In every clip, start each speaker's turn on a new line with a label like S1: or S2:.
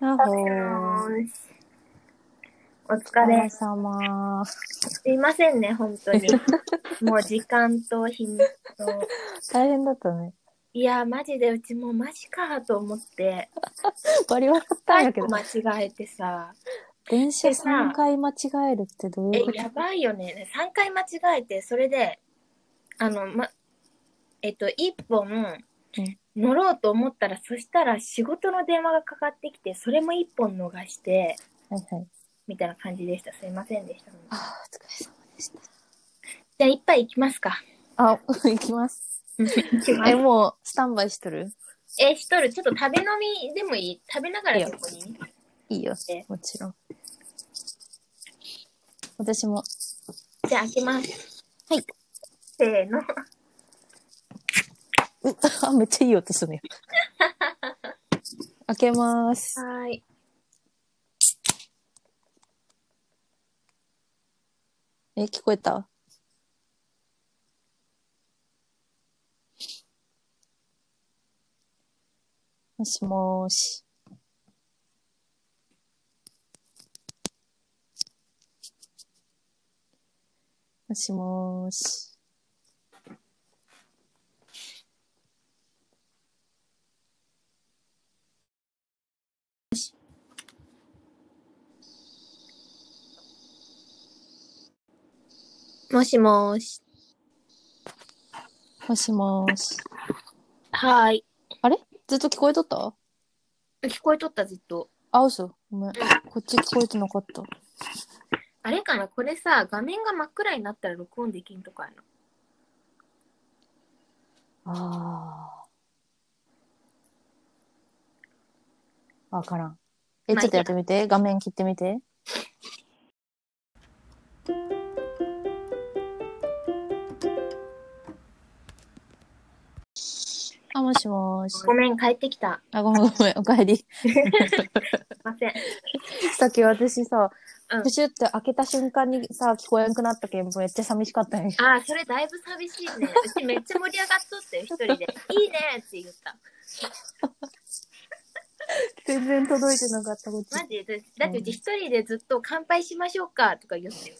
S1: やっほー。
S2: お
S1: お
S2: 疲
S1: 疲
S2: れ
S1: れ。様。
S2: すいませんね、本 当に。もう時間と日にちと。
S1: 大変だったね。
S2: いや、マジでうちもマジかと思って、
S1: バリ笑ったん
S2: 最
S1: だけど
S2: 後。間違えて さ、
S1: 電車3回間違えるってどう
S2: え
S1: いうこ、
S2: やばいよね。3回間違えて、それで、あの、ま、えっと、1本
S1: うん
S2: 乗ろうと思ったら、そしたら仕事の電話がかかってきて、それも1本逃して、
S1: とはいはい。
S2: みたいな感じでした。すいませんでした。
S1: あー、お疲れ様でした。
S2: じゃあ、一杯行きますか。
S1: あ、行きます。え、もう、スタンバイしとる
S2: え、しとる、ちょっと食べ飲みでもいい食べながらそこに。
S1: いいよ
S2: え。
S1: もちろん。私も。
S2: じゃあ、開けます。
S1: はい。
S2: せーの。
S1: うあ、めっちゃいい音 するよ。開けます。
S2: はい。
S1: え、聞こえたもしもーし。もしもーし。
S2: もしもーし。
S1: もしもーし。
S2: はーい。
S1: あれずっと聞こえとった
S2: 聞こえとった、ずっと。
S1: あ、嘘。ごめん。こっち聞こえてなかった。
S2: あれかなこれさ、画面が真っ暗になったら録音できんとかやな。
S1: ああ。わからん。え、
S2: まあ
S1: ちょっとやってみて。画面切ってみて。あ、もしもーし。
S2: ごめん、帰ってきた。
S1: あ、ごめんごめん。おかえり。
S2: すいません。
S1: さっき私さ
S2: う、ん
S1: プシュって開けた瞬間にさ、聞こえんくなったけん、めっちゃ寂しかったんや。
S2: あー、それだいぶ寂しいね。うちめっちゃ盛り上がっとったよ、一人で。いいねって言った。
S1: 全然届いてなかった、こっち
S2: マジで。だってうち一人でずっと乾杯しましょうかとか言ってよ。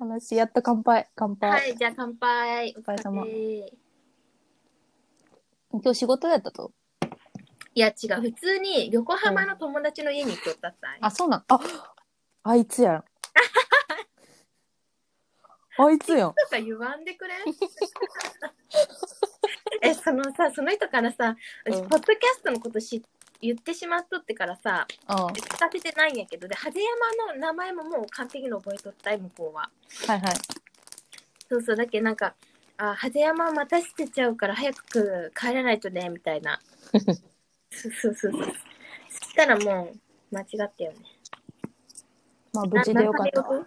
S1: 悲しい。やっと乾杯。乾杯。
S2: はい、じゃあ乾杯。お
S1: 疲れ様
S2: れ
S1: 今日仕事やったと
S2: いや、違う。普通に横浜の友達の家に行っとったさ。
S1: あ、そうなん。あ、あいつやん。 あいつやん。
S2: とか言わんでくれん えそのさその人からさ私、
S1: うん
S2: ポッドキャストのことし言ってしまっとってからさ
S1: あはい
S2: 聞かせてないんやけどで派手山の名前ももう完璧に覚えとったい向こうは
S1: はい。
S2: そうそうだけどなんかあ派手山待たせてちゃうから早く帰らないとねみたい なそうそうそうそうそしたらもう間違ったよね
S1: まあ、無事でよかっ
S2: な
S1: た
S2: なん。でよ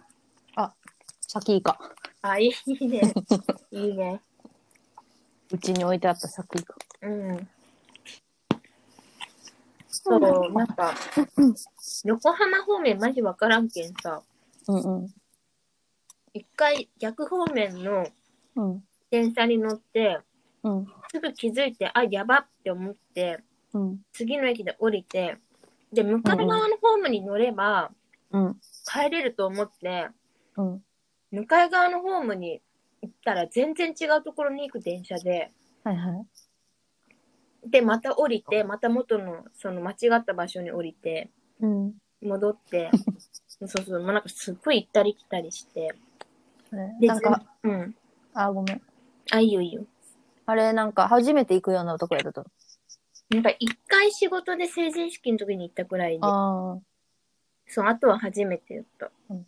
S1: シャキイカ。
S2: あいいいいね いいね
S1: うちに置いてあったシャキイカ。
S2: うんそう、なんか、横浜方面マジわからんけんさ、
S1: うん
S2: 一回逆方面の
S1: うん。うん。
S2: 電車に乗って、
S1: うん。
S2: すぐ気づいて、あ、やばって思って、
S1: うん。
S2: 次の駅で降りて、で、向かう側のホームに乗れば、
S1: うん。
S2: 帰れると思って、
S1: うん。
S2: 向かい側のホームに行ったら全然違うところに行く電車で、
S1: はいはい。
S2: で、また降りて、また元の、その間違った場所に降りて、
S1: うん。
S2: 戻って、そうそう、もうなんかすっごい行ったり来たりして。で
S1: なんか、、
S2: うん。
S1: あ、ごめん。
S2: あ、いいよいいよ。
S1: あれ、なんか、初めて行くような男やったと。
S2: なんか一回仕事で成人式の時に行ったくらいで、
S1: あ
S2: そう、あとは初めてやった。
S1: うん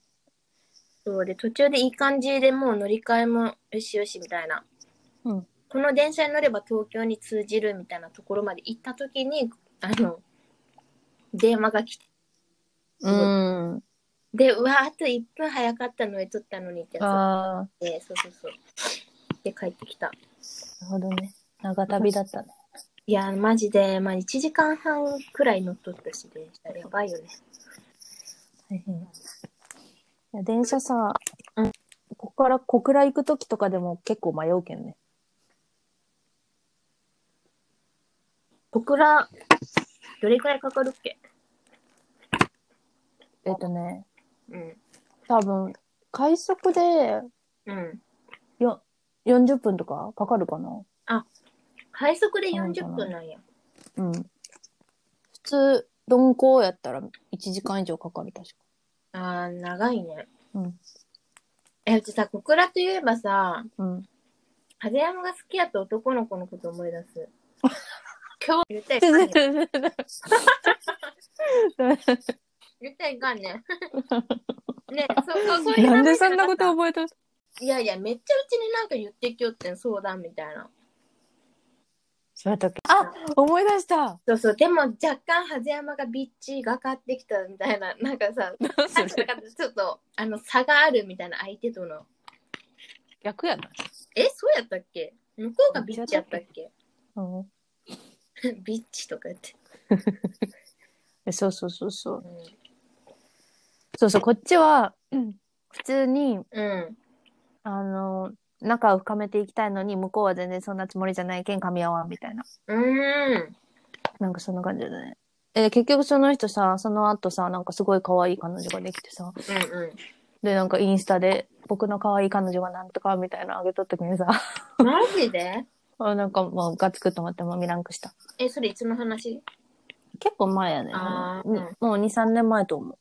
S2: そうで、途中でいい感じでもう乗り換えもよしよしみたいな。
S1: うん
S2: この電車に乗れば東京に通じるみたいなところまで行った時に、あの、電話が来て、
S1: あ。うん。
S2: で、うわ、あと1分早かったのに撮ったのにってや
S1: ああ。
S2: つで、そうそうそう。で、帰ってきた。
S1: なるほどね。長旅だったね。
S2: いや、マジで、まあ、1時間半くらい乗っとったし、電車やばいよね。
S1: 大変。いや、電車さ、
S2: うん
S1: ここから小倉行くときとかでも結構迷うけんね。
S2: 小倉、どれくらいかかるっけ
S1: えっ、とね、
S2: うん。
S1: 多分、快速で
S2: うん。
S1: よ40分とかかかるかな
S2: 快速で
S1: そうな
S2: 40
S1: の
S2: 分なんや。
S1: うん。普通、鈍行やったら1時間以上かかる、確か。
S2: ああ、長いね。
S1: うん。
S2: え、うちさ、小倉といえばさ、
S1: うん。
S2: 風山が好きやった男の子のこと思い出す。今日言ったらいかんね。
S1: な
S2: 言ったらいかんね。 ねそうそうそういう話
S1: んでそんなこ
S2: じゃ
S1: と覚
S2: かっ
S1: えた
S2: たいやいや、めっちゃうちになんか言ってきよってん、相談みたいな。
S1: そうやったっけあ思い出した
S2: そうそう、でも若干、風山がビッチがかってきたみたいな、なんかさ、なんかちょっと、あの、差があるみたいな、相手との。
S1: 逆やな。
S2: え、そうやったっけ向こうがビッチやったっけ
S1: うん
S2: ビッチとか言って。
S1: え。そうそうそうそう。
S2: うん
S1: そうそう、こっちは、うん普通に、
S2: うん。
S1: あの、仲を深めていきたいのに、向こうは全然そんなつもりじゃないけん、噛み合わんみたいな。
S2: うーん。
S1: なんかそんな感じだね。え、で結局その人さ、その後さ、なんかすごい可愛い彼女ができてさ、
S2: うんうん。
S1: で、なんかインスタで、僕の可愛い彼女がなんとかみたいなのあげとった時にさ、
S2: マジで
S1: あなんかもうガツくと思ってもう見らんくした。
S2: え、それいつの話
S1: 結構前やね。
S2: あー
S1: にもう2、3年前と思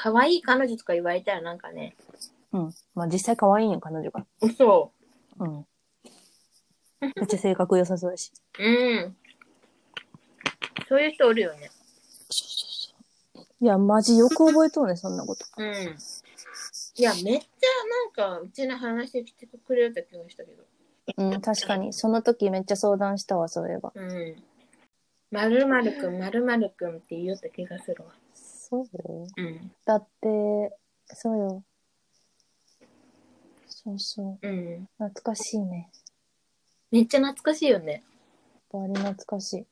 S2: 可愛い彼女とか言われたらなんかね。
S1: う。うん。まあ実際可愛いんよ、彼女が。
S2: 嘘。
S1: うん。めっちゃ性格良さそうだし。
S2: うん。そういう人おるよね。
S1: いや、マジよく覚えとうね、そんなこと。
S2: うん。いや、めっちゃなんか、うちの話来てくれた気がしたけど。
S1: うん、確かに。その時めっちゃ相談したわ、そういえば。
S2: うん。まるまるくん、まるまるくんって言いよった気がするわ。
S1: そうよ。
S2: うん。
S1: だって、そうよ。そうそう。
S2: うん。
S1: 懐かしいね。
S2: めっちゃ懐かしいよね。
S1: やっぱり懐かしい。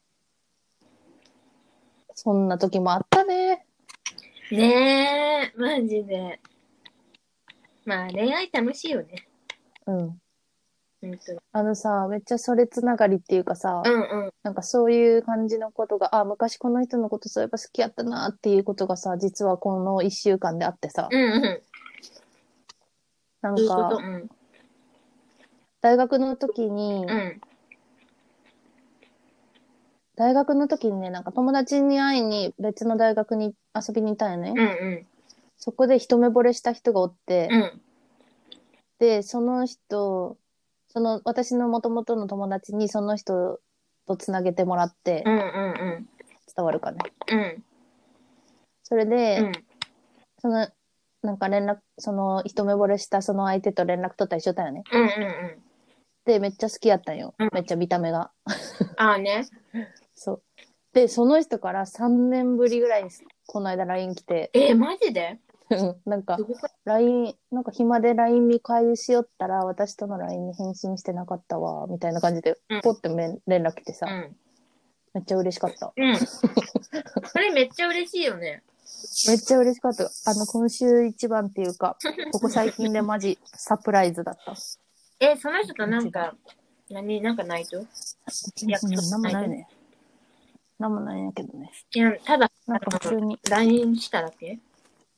S1: そんな時もあったね。
S2: ねえ、マジで。まあ、恋愛楽しいよね。
S1: うん。
S2: 本当に。
S1: あのさ、めっちゃそれつながりっていうかさ、
S2: うんうん。
S1: なんかそういう感じのことが、あ、昔この人のことそういえば好きやったなっていうことがさ、実はこの一週間であってさ、
S2: うんうん。
S1: な
S2: そうんいうこと。
S1: か、
S2: うん。
S1: 大学の時に
S2: う、ん。
S1: 大学の時にね、なんか友達に会いに別の大学に遊びに行ったよね。
S2: うんうん。
S1: そこで一目惚れした人がおって、
S2: うん。
S1: で、その人、その私の元々の友達にその人とつなげてもらって
S2: う、んうん
S1: 伝わるかね。
S2: うん。うん。
S1: それで、
S2: うん。
S1: その、なんか連絡、その一目惚れしたその相手と連絡取ったりしとったよね。
S2: うんうん
S1: で、めっちゃ好きやったんよ
S2: うん。
S1: めっちゃ見た目が。
S2: うん。ああね。
S1: そう。で、その人から3年ぶりぐらいに、この間 LINE 来て、
S2: えー、マジで
S1: うんなんか
S2: す、ごく
S1: LINE、なんか暇で LINE 見返しよったら、私との LINE に返信してなかったわ、みたいな感じで
S2: うん、
S1: ポってめん連絡来て
S2: う
S1: さ、
S2: ん。
S1: めっちゃ嬉しかった。
S2: うん。それめっちゃ嬉しいよね。
S1: めっちゃ嬉しかった。あの、今週一番っていう か、ここ最近でマジサプライズだった。
S2: えー、その人となんか、何、なんかないといや
S1: うん、なんもないね。なんもないんやけどね。
S2: いや、ただ、
S1: なんか普通に、
S2: LINE しただけ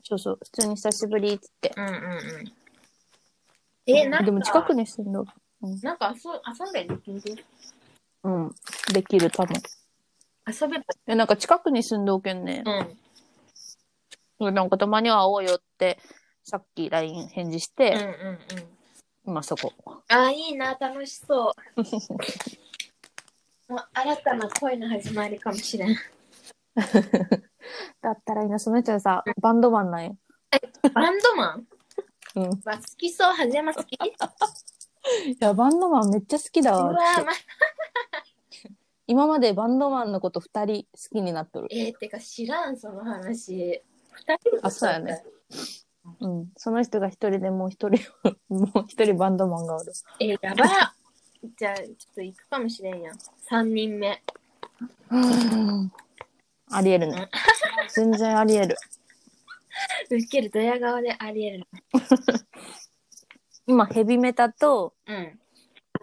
S1: そうそう、普通に久しぶりっつって。
S2: うんうんうん。えー、なんか、
S1: でも近くに住んどる。
S2: なんか遊遊んだりできんで
S1: うん、できるかも。
S2: 遊べば、
S1: え、なんか近くに住んどうけんね。
S2: うん。
S1: なんかたまには会おうよって、さっき LINE 返事し
S2: うんうん
S1: て、
S2: うん。
S1: 今そこ。
S2: あー、いいな、楽し そう。もう新たな恋の始まりかもしれん。
S1: だったらいいな、その人さ、バンドマンなんよ。
S2: バンドマン
S1: うん。い
S2: は好きそう、はじま好き
S1: や、バンドマンめっちゃ好きだわ
S2: うわ。
S1: 私
S2: ー、ま、
S1: 今までバンドマンのこと二人好きになっとる。
S2: えー、てか知らん、その話。二人の
S1: あそうやね。 うん。その人が一人でもう一人、もう一人バンドマンがおる。
S2: えー、やばじゃあ、ちょっと行くかもしれんやん。3人目。
S1: うんありえるね。全然ありえる。
S2: ウケる、ドヤ顔でありえる
S1: 今、ヘビメタと
S2: の。うん、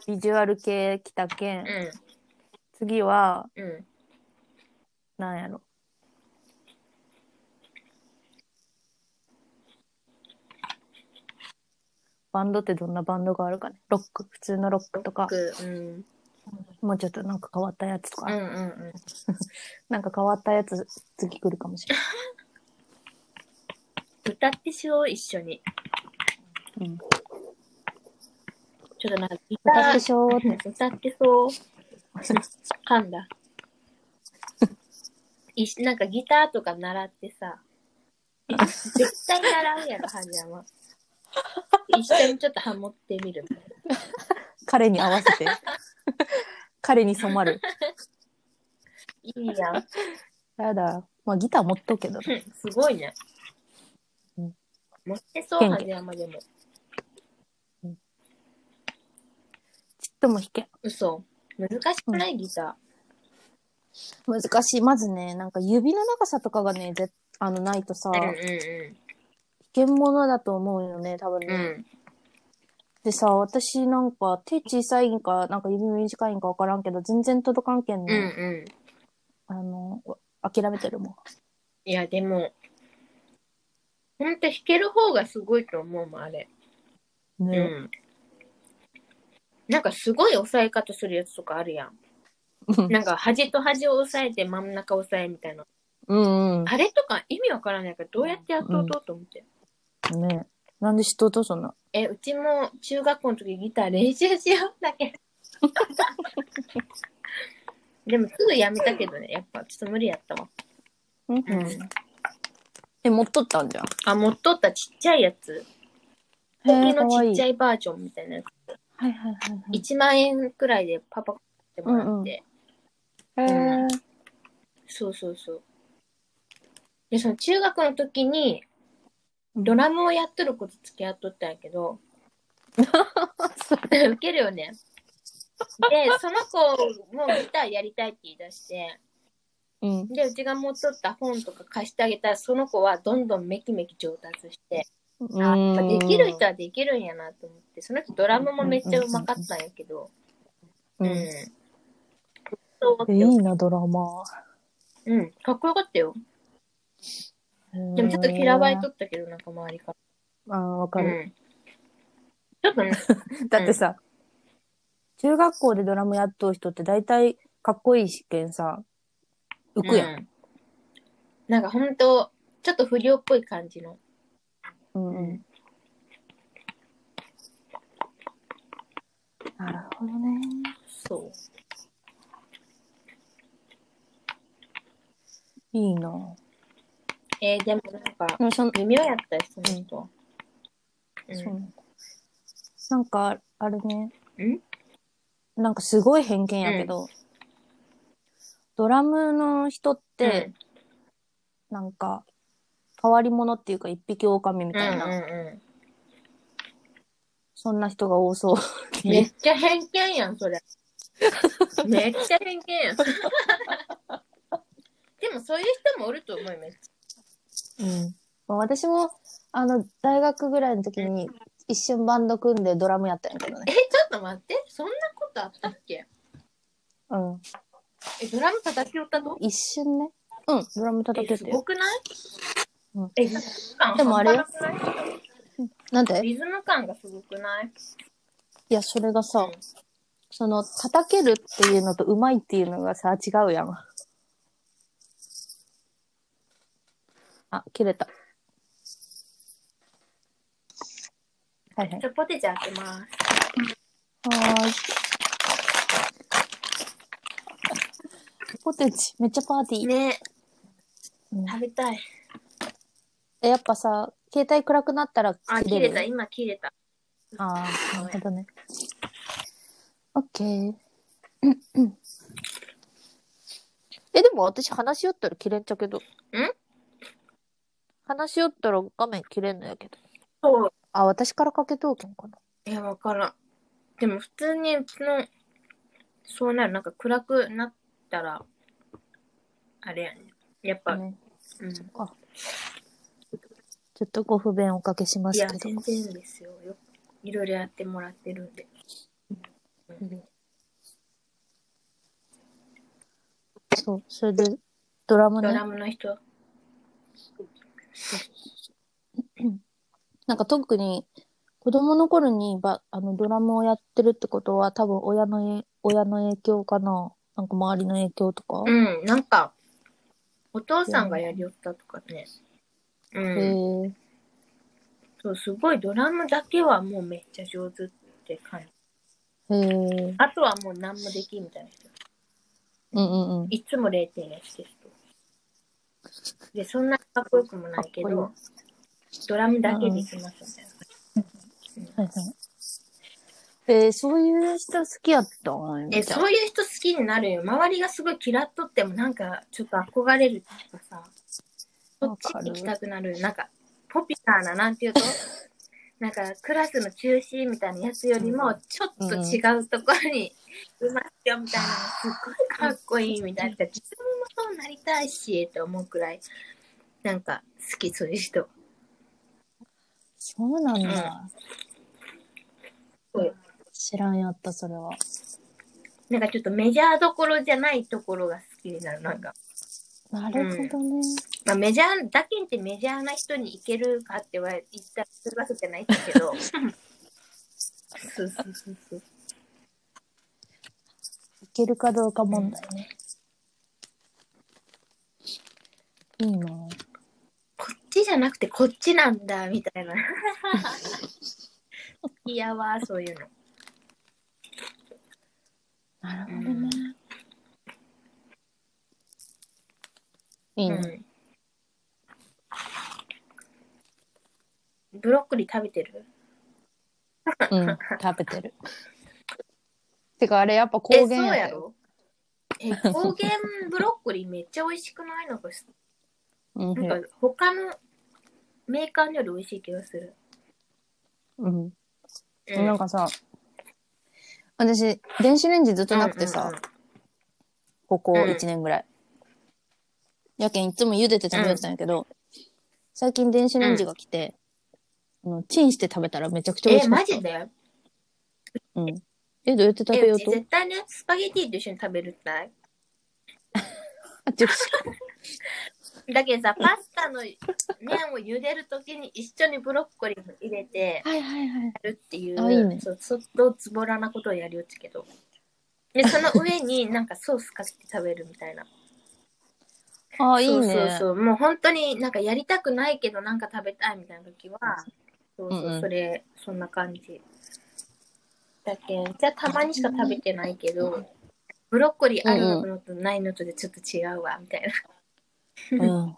S1: ビジュアル系来たけん、
S2: う
S1: 次は、
S2: ん、うん。
S1: なんやろ。バンドってどんなバンドがあるかね。ロック、普通のロックとか、
S2: うん、うん、
S1: もうちょっとなんか変わったやつとか、
S2: うん、うん。
S1: なんか変わったやつ次来るかもしれない。
S2: 歌ってしよう、一緒に。
S1: うん、
S2: ちょっとなんか、ギター
S1: 歌ってしょーって。
S2: 歌ってそう。噛んだ。いしなんかギターとか習ってさ。絶対習うやろ、ハンジャマ。一緒にちょっとハモってみるみたいな。
S1: 彼に合わせて。 彼に染まる。
S2: いいやん。
S1: やだ。まあギター持っとくけど。
S2: すごいね
S1: うん。
S2: 持ってそう、
S1: 元気
S2: ハンジャマでも。
S1: ちっとも弾けん。
S2: 嘘。難しくないギタ
S1: 難しい。まずね、なんか指の長さとかがね、ぜあの、ないとさ、
S2: ー。うん
S1: 弾けんものだと思うよね、多分
S2: うんう
S1: ね。
S2: ん。
S1: でさ、私なんか手小さいんか、なんか指短いんかわからんけど、全然届かんけん
S2: うん。うん
S1: ね。
S2: うん。
S1: あの、諦めてるもん。
S2: いや、でも、ほんと弾ける方がすごいと思うもん、あれ。う
S1: ね、
S2: ん。なんかすごい押さえ方するやつとかあるやん。なんか端と端を押さえて真ん中押さえみたいな。
S1: うんうん。
S2: あれとか意味わからないからどうやってやっとうとと思って。
S1: ねなんで知っとうとそんな。
S2: え、うちも中学校の時ギター練習しようん だけど。でもすぐやめたけどね、やっぱちょっと無理やったわ。
S1: うんうん。え、持っとったんじゃん。
S2: あ、持っとったちっちゃいやつ。
S1: へ
S2: 時
S1: え、か
S2: の
S1: わ
S2: ち
S1: い
S2: っ
S1: い。
S2: ち
S1: は
S2: ゃ
S1: い
S2: いバージョンみたいなやつ。
S1: はいはいはい。
S2: 1万円くらいでパパ買ってもらって。
S1: うんうんへえ。
S2: そうそうそう。で、その中学の時に、ドラムをやっとる子と付き合っとったんやけ ど、ウケるよね。で、その子もギターやりたいって言い出して、
S1: うん。
S2: で、うちが持っとった本とか貸してあげたら、その子はどんどんめきめき上達して、あやっぱできる人はできるんやなと思って、その人ドラムもめっちゃうまかったんやけど、
S1: う
S2: うんん。
S1: え
S2: そう思って
S1: い
S2: よ
S1: いな、ドラマ。
S2: うん、かっこよかったよ。でもちょっと嫌われとったけど、なんか周りから。
S1: へーあーわかる。
S2: うん、ちょっとね、
S1: だってさ、中学校でドラムやっとう人って大体かっこいい試験さ、浮くやん。
S2: うんなんかほんと、ちょっと不良っぽい感じの。
S1: うんうん。なるほどね。
S2: そう。
S1: いいな。
S2: えー、でもなんか
S1: で、もその
S2: 微妙やったよ、その人は。うん
S1: そうなんだなんか、あれね。
S2: ん
S1: なんかすごい偏見やけど、ドラムの人って、、なんか、変わり者っていうか一匹狼み
S2: うん、うん
S1: たいな、
S2: う
S1: そんな人が多そう。
S2: ん。めっちゃ偏見やん、それ。めっちゃ偏見やん。で もそういう人もおると思うよ、めっち
S1: うん。私も、あの、大学ぐらいの時に、一瞬バンド組んでドラムやったんやけど
S2: ゃ。え、
S1: ね。
S2: ちょっと待って、そんなことあったっけ
S1: うん。
S2: え、ドラム叩き寄ったの
S1: 一瞬ね。うん、ドラム叩
S2: え、
S1: け
S2: す
S1: て
S2: ご
S1: よ。
S2: くない
S1: うん
S2: え、リズム感
S1: でもあれよ
S2: 半端なくない
S1: なんで
S2: リズム感がすごくない
S1: いや、それがさ、その、叩けるっていうのとうまいっていうのがさ、違うやん。あ、切れた。はいはい
S2: じ。ゃあポテチ開けます。
S1: はーい。ポテチ、めっちゃパーティー。
S2: ね、
S1: うん
S2: 食べたい。
S1: え、やっぱさ、携帯暗くなったら
S2: あ、切れた、今切れた。
S1: ああ、なるほどね。オッケー。え、でも私話しよったら切れんちゃけど。ん話しよったら画面切れんのやけど。
S2: そう。
S1: あ、私からかけとうけんかな。
S2: いや、わからん。でも普通にうちの、そうなる、なんか暗くなったら、あれやね。やっぱ、
S1: ね、
S2: うん。
S1: そっか。ちょっとご不便おかけしま
S2: い
S1: す
S2: や、
S1: けど
S2: 全。然ですよ。よいろいろやってもらってるんで。
S1: うんそう、それで、ドラム
S2: ド
S1: ね
S2: ラ。ムの人、
S1: なんか特に、子供の頃にばあのドラムをやってるってことは、多分親のえ、親の影響かな。なんか周りの影響とか。
S2: うん、なんか、お父さんがやりよったとかね。うん。
S1: へえ
S2: そう、すごいドラムだけはもうめっちゃ上手って感じ。
S1: へえ
S2: あとはもう何もできんみたいな人。
S1: うんうんうん。
S2: いつも0.1ですと。で、そんなかっこよくもないけ
S1: かっ
S2: ど
S1: こ、
S2: ドラムだけできますみたいな。
S1: はいはい。えー、そういう人好きやったん
S2: え、
S1: じゃ
S2: そういう人好きになるよ。周りがすごい嫌っとっても、なんかちょっと憧れるとかさ、そ
S1: わ
S2: っち
S1: かる
S2: に行きたくなる。なんか、ポピュラーな、なん ていうと、なんかクラスの中心みたいなやつより
S1: う
S2: も、
S1: ん
S2: ちょっと違うところにいますよみたいな、すっごいかっこいいみたいな。自分もそうなりたいし、と思うくらい、なんか好き、そういう人。
S1: そうなんだ。
S2: うん
S1: 知らんやった、それは。
S2: なんかちょっとメジャーどころじゃないところが好きになる。なんか、
S1: なるほどね。
S2: まあ、メジャーだけってメジャーな人に行けるかって言われ言ったらするわけじゃないんだけ どそうそうそうそう
S1: いけるかどうか問題ね。いいなぁ
S2: こっちじゃなくてこっちなんだみたいな いやわそういうの
S1: なるほどね。いいね。
S2: うん、ブロッコリー食べてる
S1: うん、食べてる。てか、あれやっぱ
S2: え
S1: 高
S2: そう
S1: 原
S2: や
S1: ったよ。
S2: ろえ高原ブロッコリーめっちゃ美味しくないのか
S1: うん
S2: なんか他のメーカーにより美味しい気がする、
S1: うん。
S2: う
S1: なんかさ、私、電子レンジずっとなくて
S2: うんう
S1: さ
S2: んうん、
S1: ここ
S2: うん
S1: 1年ぐらい。やけん、いつも茹でて食べてたんやけど、最近電子レンジが来て、あのチンして食べたらめちゃくちゃ美味
S2: え、
S1: しかっ
S2: マ
S1: た。
S2: ジで
S1: うん。え、どうやって食べ
S2: え、
S1: よ
S2: う
S1: う
S2: ち
S1: と
S2: 絶対ね、スパゲティと一緒に食べるったい。
S1: あちょっと
S2: だけどさ、パスタの麺を茹でるときに一緒にブロッコリーも入れて
S1: はいはいはい。
S2: やるっていう、
S1: あいいね
S2: そうそっとつぼらなことをやるよっちけど。で、その上になんかソースかけて食べるみたいな。
S1: あ、いいね。
S2: そうそうそう。もう本当になんかやりたくないけどなんか食べたいみたいな時は、そうそう、
S1: うんうん
S2: それ、そんな感じ。だけんじゃあたまにしか食べてないけど、ブロッコリーあるのとないのとでちょっと違うわ、みたいな。
S1: うん。わ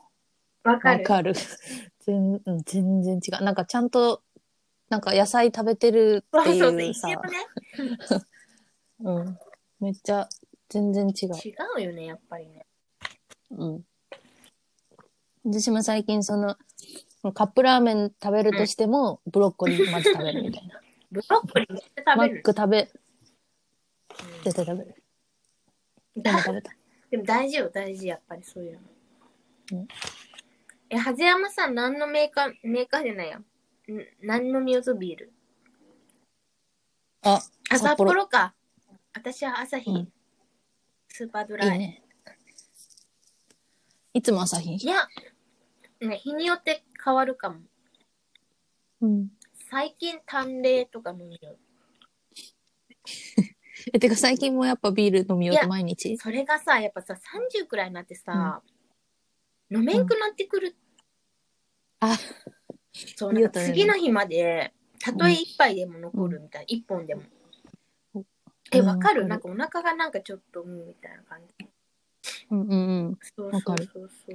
S2: わかる。
S1: かる。全うん全然違う。なんかちゃんと、なんか野菜食べてる
S2: そう
S1: って
S2: そうそう、
S1: いう
S2: 一
S1: さ
S2: 応、ね。
S1: うん。めっちゃ全然違う。
S2: 違うよね、やっぱりね。
S1: うん。私も最近その、カップラーメン食べるとしても、ブロッコリーまず食べるみたいな。
S2: ブロッコリーめっちゃ食
S1: マ
S2: べ
S1: ッ
S2: る。
S1: ク食べ、
S2: うん
S1: 絶対食べる。で
S2: だ
S1: も食べた。
S2: でも大事よ、大事、やっぱりそういうの。
S1: うん
S2: え、はずやまさん、何のメーカー、メーカーじゃないや。ん何のミューズビール
S1: あ、
S2: あ、
S1: 札
S2: 札
S1: 幌
S2: 幌か。私は朝日、
S1: うん
S2: スーパードラ
S1: い
S2: イ。
S1: いね。いつも朝日
S2: い。や、ね、日によって変わるかも。
S1: うん。
S2: 最近、淡麗とか飲むよ。
S1: え、てか最近もやっぱビール飲みよう
S2: い
S1: と
S2: や
S1: 毎日
S2: それがさ、やっぱさ、30くらいになってさ、飲めんくなってくる。
S1: あ、
S2: そう、なん
S1: 言
S2: か
S1: うとね
S2: 次の日まで、たとえ一杯でも残るみたいな、一本でも
S1: うん。
S2: え、
S1: うん
S2: わか
S1: わか
S2: るなんかお腹がなんかちょっと、うん、みたいな感じ。
S1: うんうんうん。
S2: そう
S1: わ
S2: そ
S1: か
S2: う
S1: る
S2: そうそ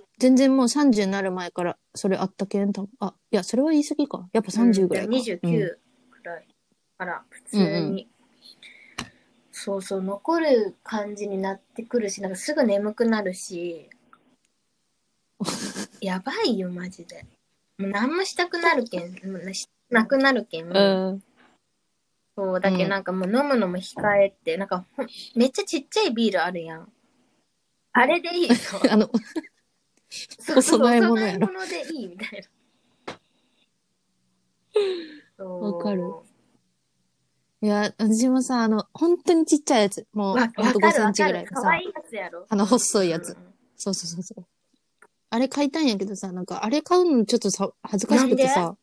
S2: う。
S1: 全然もう30になる前から、それあったけん、多分あ、いや、それは言い過ぎか。やっぱ30ぐらいか。
S2: うん29
S1: うん
S2: くらいから、普通に。
S1: うんうん
S2: そうそう、残る感じになってくるし、なんかすぐ眠くな るし。やばいよ、マジで。もう何もしたくなるけん、もうなしなくなるけん、
S1: うん。
S2: そう、だけ
S1: うん
S2: なんかもう飲むのも控えて、なんかほんめっちゃちっちゃいビールあるやん。あれでいい よ。
S1: あの、
S2: そうそう
S1: お供え物やろ
S2: お供え物でいいみたいな。
S1: わかるいや、私もさ、あの、本当にちっちゃいやつ。も
S2: わ
S1: う、
S2: わ
S1: ほんと5
S2: かる
S1: セ
S2: わ
S1: ンチ
S2: か
S1: ぐらい
S2: る。
S1: の
S2: 可
S1: さ
S2: 愛、いやつやろ。
S1: あの、細いや
S2: う
S1: つ
S2: ん。。
S1: そうそうそうそう。あれ買いたいんやけどさ、なんか、あれ買うのちょっとさ、恥ずかしくて
S2: な
S1: さ、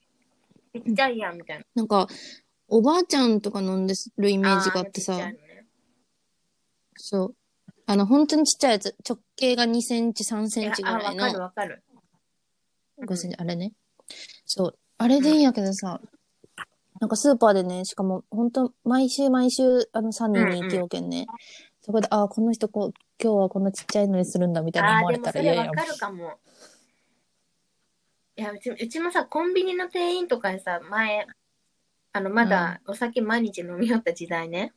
S2: ちっちゃいやんみたいな。
S1: なんか、おばあちゃんとか飲んでるイメージがあって
S2: ー
S1: さ
S2: ちっちゃい、のね
S1: そう。あの、本当にちっちゃいやつ。直径が2センチ、3センチぐ
S2: いやあ
S1: らい
S2: わかる
S1: の、
S2: わかる。
S1: 5センチ、あれね。そう。あれでいいんやけどさ、なんかスーパーでね、しかも、本当毎週毎週、あの、サニーに行きようけんね。そこで、ああ、この人こう、今日はこんなちっちゃいのにするんだ、みたいな
S2: あ
S1: 思
S2: あー、
S1: われたら
S2: でもそれ
S1: 嫌や
S2: わ
S1: ん。
S2: かるかも。いや、うちうちもさ、コンビニの店員とかでさ、前、あの、まだお酒毎日飲みよった時代ね。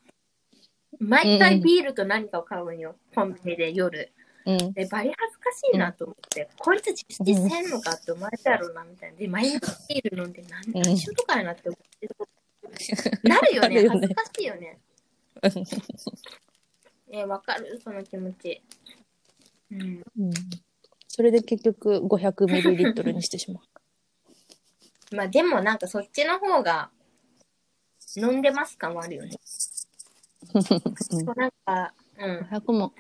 S2: 毎
S1: うんう
S2: 回
S1: ん
S2: ビールと何かを買うんよ。コンビニで夜。
S1: うん。
S2: で、バリ恥ずかしいなと思って、こいつ実施せんのかって思われたやろうな、みたいな。で、毎日ビール飲んで何、
S1: うん
S2: 何しようとかやなって思ってそう。なる よ
S1: なる
S2: ね。
S1: よね
S2: 恥ずかしいよね。え、わかるその気持ち。うん。
S1: うん。それで結局、500ミリリットルにしてしまう。
S2: まあでもなんかそっちの方が飲んでます感はあるよね。
S1: うん
S2: そうなんか、うん。
S1: 500も。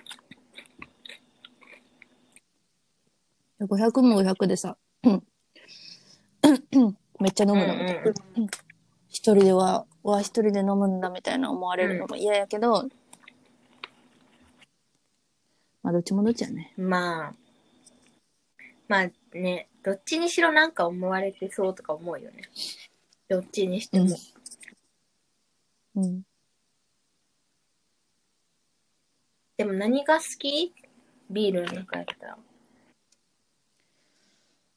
S1: 500も500でさ、 うんめっちゃ飲
S2: うん
S1: む
S2: う
S1: のみたいな。
S2: ん、
S1: 一人では、わ、一人で飲むんだみたいな思われるのも嫌やけど、まあ、どっちもどっちやね。
S2: まあ、まあね、どっちにしろなんか思われてそうとか思うよね。どっちにしても。
S1: うん。
S2: でも何が好きビールの中やったら。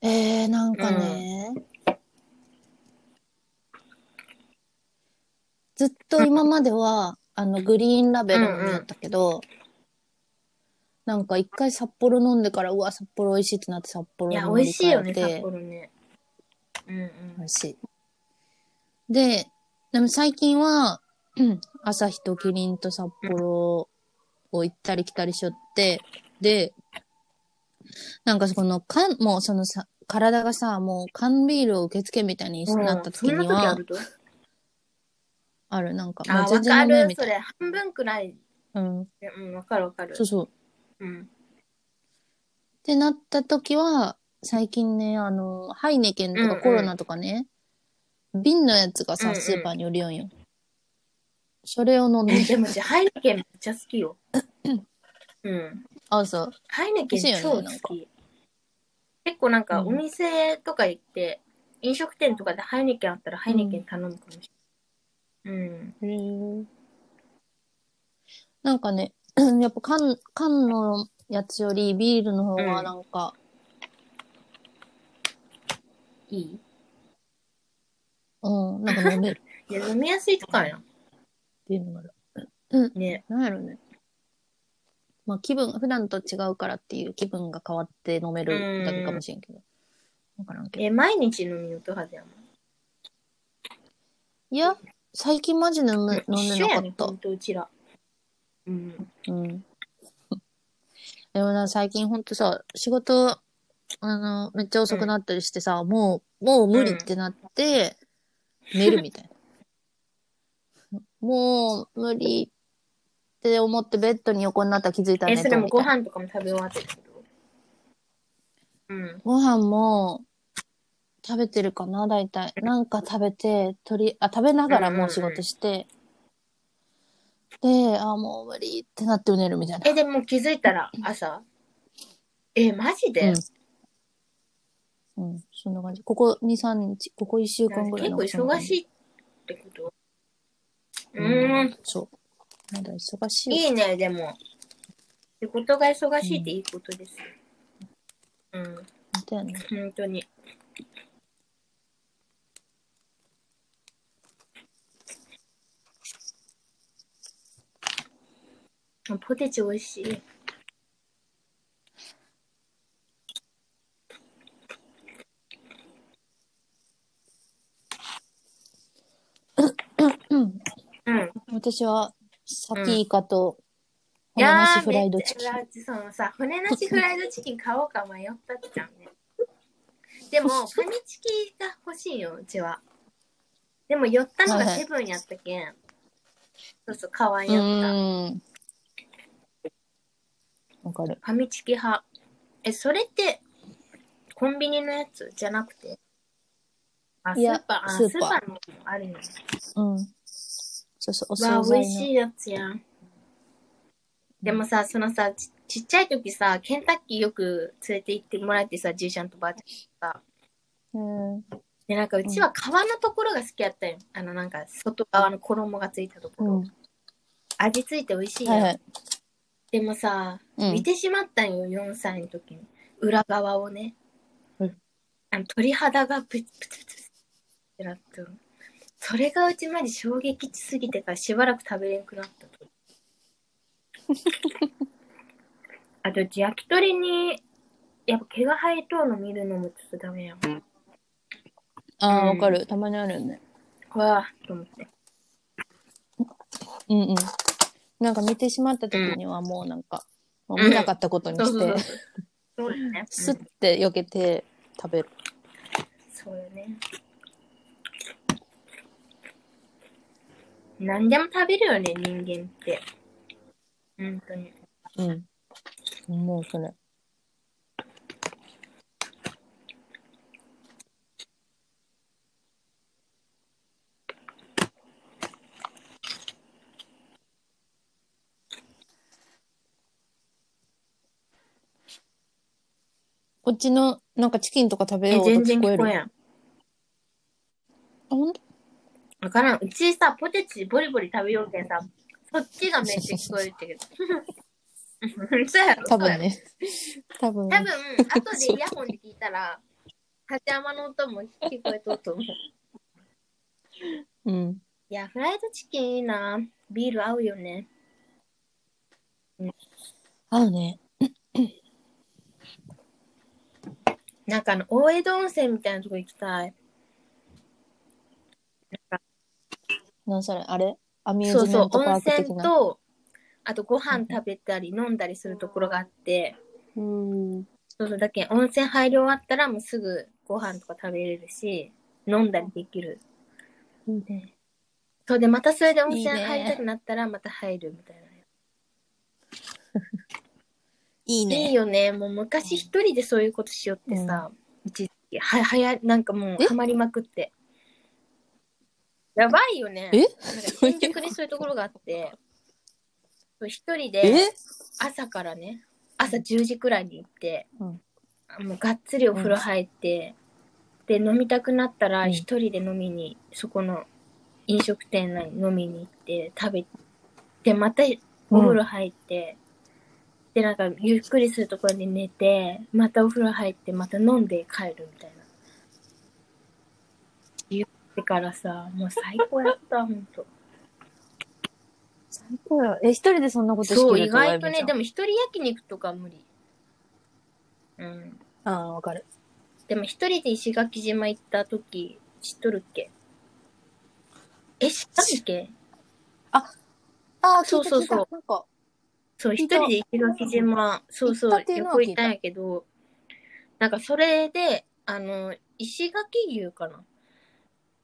S1: えー、なんかね、ずっと今までは、あの、グリーンラベル飲んだったけど、なんか一回札幌飲んでから、うわ、札幌美味しいってなって札幌
S2: いや、
S1: 飲
S2: 美
S1: み
S2: 味しいよ
S1: 換
S2: ね、
S1: えて
S2: 札幌ね。うんうん
S1: 美味しい。で、でも最近は、 うん朝日とキリンと札幌を行ったり来たりしよって、で、なんかその、缶もうそのさ、体がさ、もう缶ビールを受け付けみたいに
S2: うん。
S1: なった時
S2: そんな
S1: に
S2: 時あ
S1: は、
S2: ると
S1: ある、なんか、
S2: あ、
S1: もう
S2: わ
S1: 全然
S2: か
S1: 飲めん
S2: る
S1: み。た
S2: そ
S1: い
S2: れ、半分くらい。
S1: な。うん。
S2: うん、わかるわかる
S1: そ。うそう。っ
S2: うん。
S1: てなった時は、最近ね、あの、ハイネケンと
S2: うん
S1: か
S2: うん
S1: コロナとかね、瓶のやつが
S2: うん
S1: さ、
S2: うん
S1: スーパーに売りよんよ。それを飲んで
S2: え、、でも、じゃハイネケンめっちゃ好 きよ。うん。
S1: あ、そう。
S2: ハイネケ
S1: 美味
S2: ン
S1: しいよ
S2: 超好
S1: ねなんか
S2: き。結構なんか、
S1: うん
S2: お店とか行って、飲食店とかでハイネケンあったらハイネケン頼むかもしれない。うん。
S1: へーなんかね、 やっぱ缶、缶のやつよりビールの方がなんか、
S2: いい
S1: うん、なんか飲める
S2: いや、飲みやすいとかや
S1: っていうのがある。
S2: ん。ね。
S1: なんやろね。まあ気分、普段と違うからっていう気分が変わって飲めるだけかもしれんけど。わからんけど。
S2: え、毎日飲みよとはずやもん。
S1: いや、最近マジで飲め飲ん
S2: 一
S1: で
S2: 緒
S1: な
S2: や
S1: か
S2: ね
S1: っ、
S2: ほんとうちら。うん。
S1: た。うん。でもな、最近ほんとさ、仕事、あの、めっちゃ遅くなったりしてさ、もう、もう無理ってなって、寝るみたいな。もう、無理って思ってベッドに横になったら気づいたら
S2: え、
S1: 寝
S2: そ
S1: て
S2: れ
S1: る
S2: も
S1: みた
S2: ご
S1: いな。
S2: 飯とかも食べ終わってるけど。うん。
S1: ご飯も、食べてるかな、大体。なんか食べて、とり、あ、食べながらもう仕事して、で、あ、もう無理ってなって寝るみたいな。
S2: え、でも気づいたら朝え、マジで、
S1: うん。うん、そんな感じ。ここ2、3日、ここ1週間ぐらい
S2: 結構忙し
S1: い。
S2: いってことう
S1: う
S2: ーん
S1: ん。そう。まだ忙しい。
S2: いいね、でも。仕事が忙しいっていいことですよ。うん、
S1: だよね。
S2: 本当に。あポテチ美味しい。
S1: 私は、サピイカと、
S2: い
S1: 骨
S2: やー
S1: なしフライドチキン。
S2: めっちゃそのさ、骨なしフライドチキン買おうか迷ったっちゃうね。でも、ファミチキが欲しいよ、うちは。でも、寄ったのがセブンやったけん。そうそう、かわいやった。
S1: うん。わかる。
S2: ファミチキ派。え、それって、コンビニのやつじゃなくてあ、ス
S1: いや
S2: ーパー、あ、ス
S1: スーパー
S2: ーパーのもあるの。
S1: うん。そうそう、お
S2: わ
S1: 惣
S2: あ、
S1: 菜
S2: 美味し
S1: の。
S2: いやつやん。でもさ、そのさ、ちちっちゃい時さ、ケンタッキーよく連れて行ってもらってさ、じいちゃんとばあちゃんとさ。
S1: うん。
S2: で、なんかうちは皮のところが好きやったよ。あの、なんか外側の衣がついたところ。
S1: うん。
S2: 味ついて美味しいやん。
S1: はいはい。
S2: でもさ、
S1: うん
S2: 見てしまったんよ、4歳の時に。裏側をね。
S1: うん
S2: あの鳥肌がプツプツプツってなったのそれがうちまで衝撃値すぎてからしばらく食べれなくなっ たと。あと、うち焼き鳥に、やっぱ毛が生えとうの見るのもちょっとダメやん。
S1: ああ、
S2: う
S1: わ
S2: ん
S1: かる。たまにあるよね。
S2: わあ、と思って。
S1: うんうん。なんか見てしまった時にはもうなんか、もう見なかったことに
S2: そう
S1: し
S2: そうそう
S1: て、。
S2: そうだ ね。
S1: スッて避けて食べる。
S2: そうよね。何でも食べるよね、人間って。本当に。
S1: うん。もうそれ。こっちのなんかチキンとか食べ
S2: え
S1: よう
S2: 全
S1: 音
S2: 然
S1: 聞こえる。
S2: 聞こえ
S1: あ、
S2: やん。
S1: ほんと
S2: わからん。うちさ、ポテチボリボリ食べようけんさ、そっちがめっちゃ聞こえるってけ ど。そうやろ。
S1: 多
S2: そうや
S1: 分
S2: ろ。
S1: ね。多分。
S2: 多分、後でイヤホンで聞いたら、立山の音も聞こえとうと思う。
S1: うん。
S2: いや、フライドチキンいいな。ビール合うよね。
S1: 合うね。
S2: なんかあの、大江戸温泉みたいなとこ行きたい。
S1: なんそれあれアミュー
S2: そ
S1: ズ
S2: う
S1: メ
S2: そ
S1: ン
S2: う、
S1: トパ
S2: 温
S1: ーク的
S2: 泉
S1: な。
S2: と、あとご飯食べたり飲んだりするところがあって、
S1: うん。
S2: そうそう、だけん温泉入り終わったらもうすぐご飯とか食べれるし、飲んだりできる。
S1: いいね。
S2: そうで、またそれで温泉
S1: いいね
S2: 入りたくなったらまた入るみたいな。
S1: いい
S2: いい
S1: ね。
S2: よね、もう昔一人でそういうことしよってさ、一時期、は、はや、なんかもう
S1: え
S2: ハマりまくって。やばいよね。
S1: え
S2: なんか新宿にそういうところがあって、そう一人で、
S1: え
S2: 朝からね朝10時くらいに行って、
S1: うん
S2: もうがっつりお風呂入って、で飲みたくなったら
S1: うん
S2: 一人で飲みに、そこの飲食店内に飲みに行って食べてまたお風呂入って、でなんかゆっくりするところで寝てまたお風呂入ってまた飲んで帰るみたいな言ってからさもう最高やったほんと。
S1: 最高よ。え、一人でそんなことしてる
S2: そう、
S1: と
S2: 意外とね、で
S1: も。
S2: も一人焼肉とか無理。うん。
S1: ああ、わかる。
S2: でも一人で石垣島行った時、知っとるっけえ、知ったっけ
S1: ああ、
S2: そうそうそう
S1: 聞いた聞いたなんか、
S2: そう、
S1: 聞
S2: 一
S1: いた
S2: 人で石垣島、そうそ
S1: 行っ
S2: う
S1: たっ、ていう
S2: 旅
S1: のは聞
S2: 行行っ
S1: い
S2: た
S1: た
S2: んやけど、なんかそれで、あの、石垣牛かな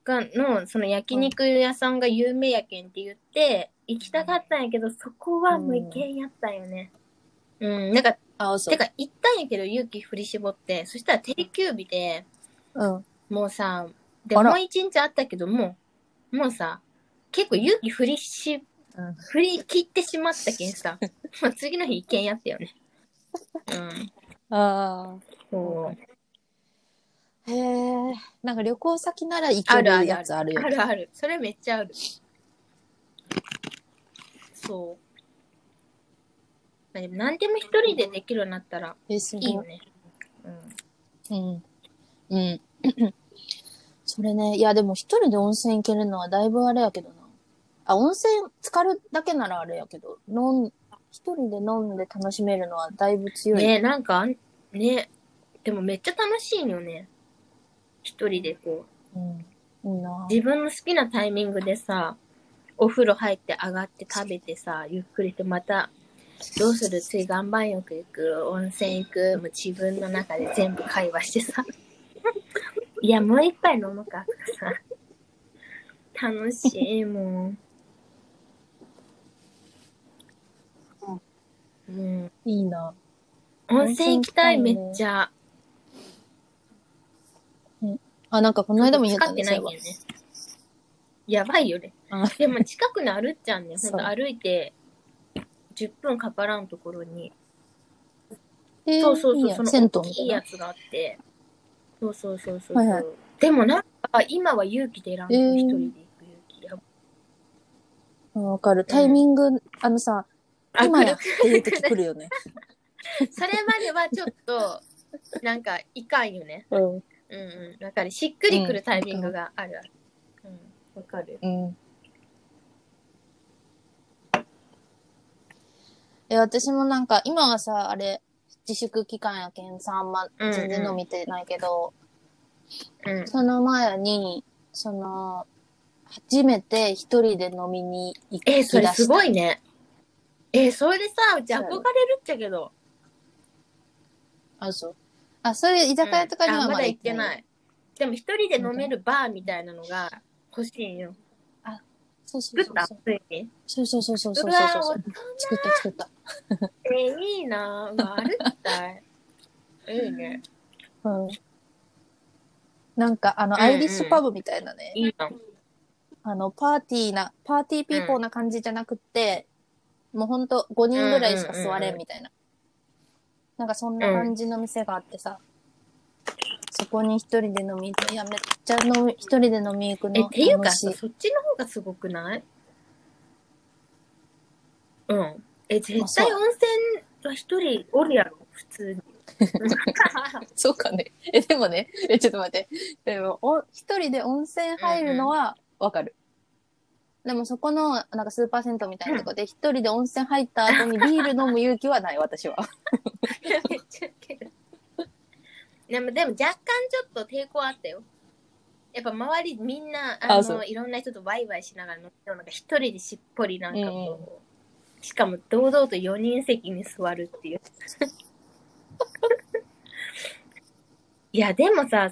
S2: が、の、その焼肉屋さんが有名やけんって言って、行きたかったんやけど、そこはもう行けんやったんよね。うん、なんか
S1: ああ、そう。
S2: てか、行ったんやけど、勇気振り絞って、そしたら定休日で、
S1: うん。
S2: もうさ、で、
S1: あら
S2: もう一日あったけど、もう、もうさ、結構勇気振りし
S1: うん、
S2: 振り切ってしまったけんさ、まあ次の日行けんやったよね。うん。
S1: あ
S2: そ
S1: あ。へえ。なんか旅行先なら行
S2: う。あ
S1: け
S2: るあ
S1: る
S2: る
S1: や
S2: あ
S1: つ
S2: る。
S1: あ
S2: あ
S1: るよ。
S2: るある。それめっちゃある。そう。まあ、でも何でも一人でできるようになったら
S1: え、す
S2: い
S1: ご
S2: いよ
S1: い。
S2: ね。うん。
S1: うん。うん。 それね、いやでも一人で温泉行けるのはだいぶあれやけどな。あ、温泉浸かるだけならあれやけど、飲ん、一人で飲んで楽しめるのはだいぶ強い。
S2: ねなんかあんねでもめっちゃ楽しいよね一人でこ
S1: うん。いいな
S2: う。自分の好きなタイミングでさお風呂入って上がって食べてさ、ゆっくりとまた、どうする次岩盤浴行く、温泉行く、もう自分の中で全部会話してさ。 いや、もう一杯飲むかとかさ。楽しい、もう。うん。
S1: いいな。
S2: 温泉行きたい、めっちゃ。
S1: あ、なんかこの間も言った
S2: 使っ
S1: んで
S2: て
S1: す
S2: ないん
S1: よ
S2: だ。よね。やばいよね
S1: あ。
S2: でも近くのあるっちゃんね、ほん
S1: そ
S2: と
S1: う
S2: 歩いて10分かからんところに、
S1: えー
S2: そうそう
S1: いい
S2: そう、
S1: や
S2: そ
S1: 銭
S2: の
S1: 湯
S2: 大
S1: み
S2: きい
S1: たい
S2: や
S1: な。
S2: つがあって、そうそうそうそう。
S1: はいはい
S2: でもなんか、今は勇気出らんの、
S1: えー
S2: 一人で行く勇気。やば
S1: うんわかる。タイミング、あのさ、
S2: あ
S1: 今やっ
S2: 来
S1: ていう時来る よね。
S2: るそれまではちょっ と、なんか、いかんよね。
S1: うん。
S2: うんうん、わかる。しっくりくるタイミングがある。うん、わかる。
S1: うん。え、私もなんか、今はさ、あれ、自粛期間やけんさ、あんま全然飲みてないけど、
S2: うん。
S1: その前に、その、初めて一人で飲みに行き
S2: え
S1: 出
S2: ー、それす
S1: した。
S2: ごいね。えー、それでさ、うち憧れるっちゃけど。
S1: あ、そう。あ、それ、居酒屋とかには
S2: うんあま
S1: ま
S2: だ
S1: だ
S2: 行
S1: 行
S2: っ
S1: ってて
S2: な
S1: ない。
S2: い。でも一人で飲めるバーみたいなのが欲しいよ。
S1: そうそう
S2: 作っ
S1: そう
S2: た
S1: そう。
S2: ついに。
S1: そうそうそうそうそうう
S2: わ
S1: そうそう。作った作った。
S2: ー、えーいいなぁ。うわあるっ たい。いいね。
S1: うん。なんか、あの、
S2: うんう
S1: ア
S2: ん
S1: イリッシュパブみたいなね。
S2: いいな。
S1: あの、パーティーな、パーティーピーポーな感じじゃなくって、もうほんと5人ぐらいしか座れんみたいな。なんかそんな感じの店があってさ、そこに一人で飲み行く。いや、めっちゃ飲み、一人で飲み行く
S2: え、
S1: の
S2: っ。ていうか
S1: 楽し
S2: さ、そっちの方がすごくないうん。え、絶
S1: まあ
S2: 対
S1: そう
S2: 温泉は一人おるやろ、普 通に。
S1: そうかね。え、でもね、え、ちょっと待って。でも、お、一人で温泉入るのはわかる。でもそこの、なんかスーパー銭湯みたいなとこで、一人で温泉入った後にビール飲む勇気はない、私は。
S2: めっちゃウケるでもでも若干ちょっと抵抗あったよやっぱ周りみんなあ
S1: あそ
S2: の
S1: う
S2: いろんな人とワイワイしながら乗ってるのが一人でしっぽりなんか
S1: う
S2: こう、しかも堂々と4人席に座るっていう いやでもさ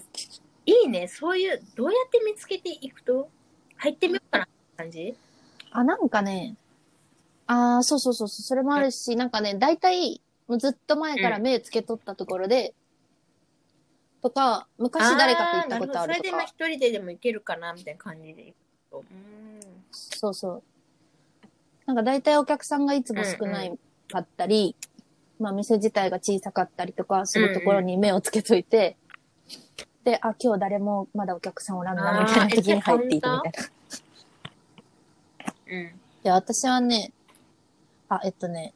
S2: いいねそういうどうやって見つけていくと入ってみようかなって感じ
S1: あ、なんかね、ああ、そうそうそうそう、それもあるし、なんかね、大体、もうずっと前から目つけとったところで、とか、昔誰かと行ったことあ
S2: ー
S1: る
S2: なほどそれ
S1: と
S2: でまあ
S1: か、
S2: 一人ででも行けるかなみたいな感じで行くとうん
S1: そうそう。なんか大体お客さんがいつも少ないかったり、まあ店自体が小さかったりとかするところに目をつけといて、で、あ、今日誰もまだお客さんおらんな、みたい
S2: あ
S1: な
S2: ー
S1: 時に入っていくみたいな。
S2: うん
S1: いや、私はね、あ、えっとね、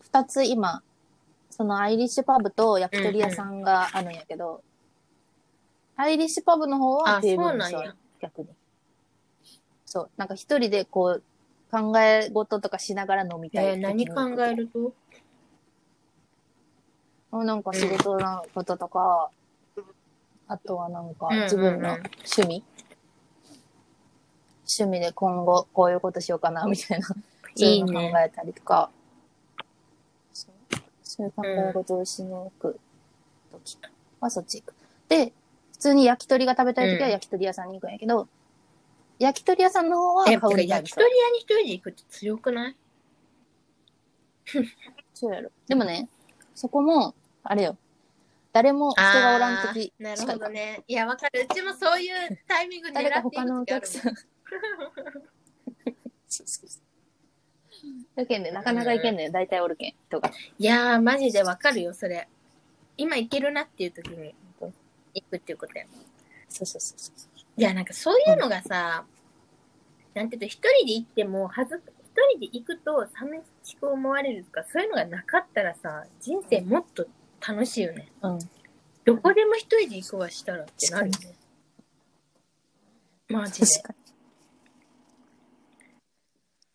S1: 二つ今、そのアイリッシュパブと焼き鳥屋さんがあるんやけど、アイリッシュパブの方は
S2: あ、そ
S1: テー
S2: う
S1: ブルに
S2: なん
S1: 座
S2: や
S1: る。、逆に。そう、なんか一人でこう、考え事とかしながら飲みたい
S2: えー
S1: 時に
S2: 何考えると
S1: あなんか仕事のこととか、あとはなんか
S2: うんうんうん
S1: 自分の趣味、趣味で今後こういうことしようかなみたいな、 そう
S2: い
S1: い
S2: いう
S1: の
S2: ね
S1: 考。えたりとか、そうそういう考え事をしに行く時はそっち行く。で、普通に焼き鳥が食べたい時は
S2: うん
S1: 焼き鳥屋さんに行くんやけど、焼き鳥屋さんの方は
S2: え、て
S1: 香
S2: か
S1: りが
S2: 焼き鳥屋に一人で行くって強くない
S1: そうやろ。でもね、そこも、あれよ、誰も人がおらん時
S2: あーな
S1: し
S2: る
S1: か
S2: ほどね。いや、わかる。うちもそういうタイミング狙って
S1: 誰
S2: いく時あ
S1: か
S2: る
S1: 他
S2: も
S1: のお客 さん。だけんね、なかなかいけんね、大体おるけん、人が。
S2: いやー、マジでわかるよ、それ。今行けるなっていう時に行くっていうことや。
S1: そうそうそうそう。
S2: いや、なんかそういうのがさ、なんていうと、一人で行っても、はず、一人で行くと寂しく思われるとか、そういうのがなかったらさ、人生もっと楽しいよね。
S1: うん。
S2: どこでも一人で行くわしたらってなるよね。マジで。
S1: 確かに。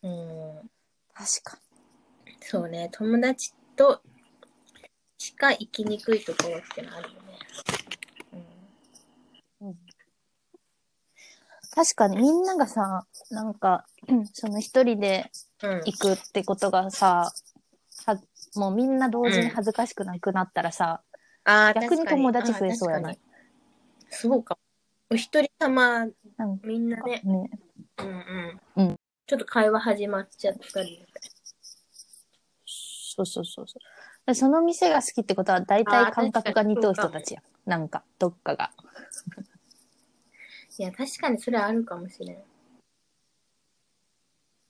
S2: うん。
S1: 確か
S2: そうね、友達としか行きにくいところってのあるよね。
S1: に。うん。確かにみんながさ、なんか、 うんその一人で
S2: うん
S1: 行くってことがさ、はもうみんな同時に恥ずかしくなくなったらさ、
S2: あー
S1: 逆に
S2: 確か
S1: 友達増えそうやな
S2: あー確かにそうかも。お一人様、
S1: なん
S2: みんな
S1: か
S2: ね、
S1: ね、
S2: うん
S1: う
S2: うんん。ちょっと会話始まっちゃったり。
S1: そうそうそうそう。でその店が好きってことは、大
S2: あ
S1: 体
S2: ー
S1: 感覚が似とう人たちやん。なんか、どっかが。
S2: いや、確かにそれあるかもしれん。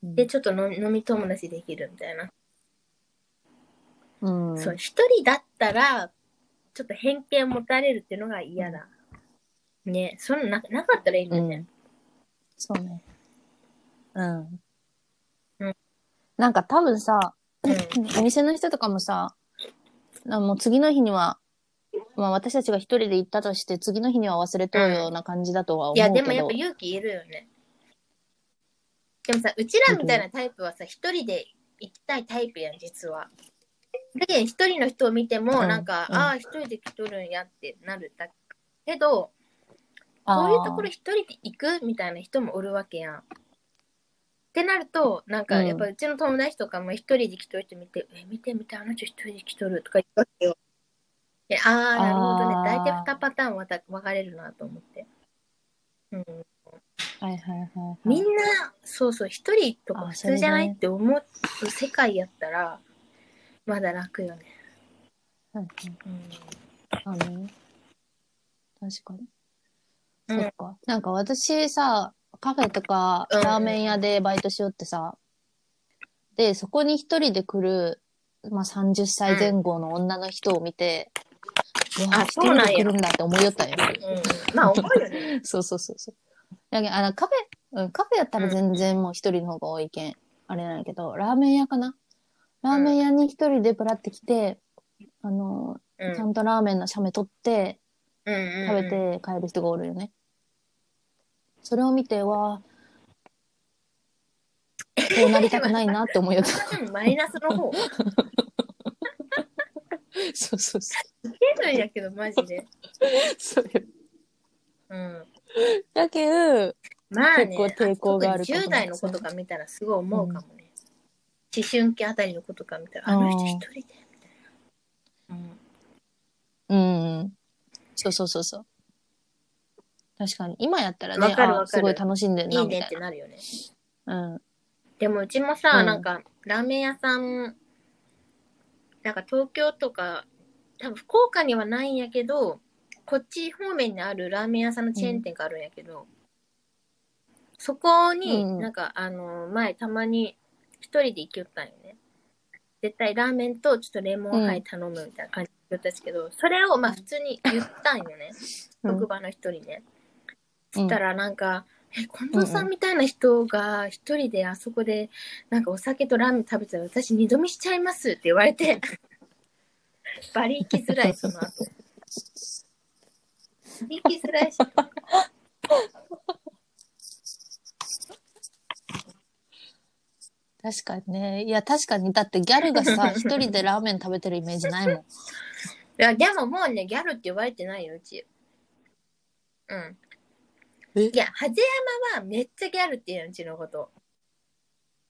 S1: うん
S2: で、ちょっとの飲み友達できるみたいな。
S1: うん。
S2: そう、一人だったら、ちょっと偏見持たれるっていうのが嫌だ。ね、そんな、なかったらいいんだ
S1: う
S2: よね。
S1: ん。そうね。うん。
S2: うん
S1: なんか多分さ、
S2: うん。
S1: お店の人とかもさ、なもう次の日には、まあ私たちが一人で行ったとして、次の日には忘れとるような感じだとは思う
S2: い
S1: けど。
S2: や、でもやっぱ勇気いるよね。でもさ、うちらみたいなタイプはさ、一人で行きたいタイプやん、実は。だけど、一人の人を見ても、
S1: うん
S2: なんか、
S1: うん
S2: ああ、一人で来とるんやってなるだけど、
S1: あ
S2: こ
S1: ー
S2: ういうところ一人で行くみたいな人もおるわけやん。ってなると、なんか
S1: うん
S2: やっぱうちの友達とかも一人で来とる人見て、え、見て見て、あの人一人で来とるとか言ったわけよ。でああ、なるほどね。
S1: あー
S2: 大体二パターンまた分かれるなと思って。うん、
S1: はいはいはい、は
S2: み
S1: い
S2: ん。な、そうそう、一人とか
S1: あ
S2: 普通じゃな
S1: それ
S2: い
S1: ね
S2: って思う世界やったら、まだ楽よね。
S1: うん
S2: う
S1: う
S2: ん、
S1: んあね確かに。
S2: うん
S1: そっか。なんか私さ、カフェとか
S2: うん
S1: ラーメン屋でバイトしよってさ、で、そこに一人で来る、まあ、30歳前後の女の人を見て、うわ
S2: あ
S1: 一
S2: そう
S1: 人
S2: なんや
S1: で来るんだって思いよったんよ。
S2: うん、まあ、思うよね。
S1: そうそうそうそう。だけどあのカフェ、うん、カフェやったら全然もう一人の方が多いけん、あれなんやけど、ラーメン屋かなラーメン屋に一人でぶらって来て、あの、
S2: う ん、
S1: ちゃんとラーメンの写メ撮って、
S2: うんう
S1: 食
S2: ん
S1: べて帰る人がおるよね。それを見て、わあ、こうなりたくないなって思いよった。
S2: うんマイナスの方。
S1: そうそうそ
S2: 出るんやけど、マジで。
S1: う。そうよ
S2: うん。
S1: だけど、
S2: まあね、
S1: 結構抵抗がある
S2: 特に10代の子とか見たらすごい思うかもね。思春期あたりの子とか見たら、
S1: あ
S2: あ
S1: ー
S2: の人一人で、みたいな。うん
S1: うん。そうそうそうそう。確かに。今やったら
S2: わ
S1: ね、
S2: かるわ
S1: あ
S2: かる
S1: すごい楽しんでる
S2: い
S1: な、
S2: い
S1: みたい
S2: ね
S1: な。
S2: ってなるよね。
S1: うん。
S2: でもうちもさ、
S1: うん
S2: なんか、ラーメン屋さん、なんか東京とか、多分福岡にはないんやけど、こっち方面にあるラーメン屋さんのチェーン店があるんやけど、そこに、
S1: うんうん
S2: なんか、あの、前たまに一人で行きよったんよね。絶対ラーメンとちょっとレモンハイ頼むみたいな感じだったんですけど、それをまあ普通に言ったんよね。
S1: うん
S2: 職場の人にね。
S1: うん
S2: したらなんか、え、近藤さんみたいな人が一人であそこでなんかお酒とラーメン食べてたら私二度見しちゃいますって言われて、 バリ行きづらい、その後。バリ行きづらいし、
S1: 確かにね。いや、確かに。だってギャルが さ、一人でラーメン食べてるイメージないもん。
S2: いや、でももうね、ギャルって言われてないよ、うち。うん。
S1: え
S2: いや、ハゼ山はめっちゃギャルって言うの、うちのこと。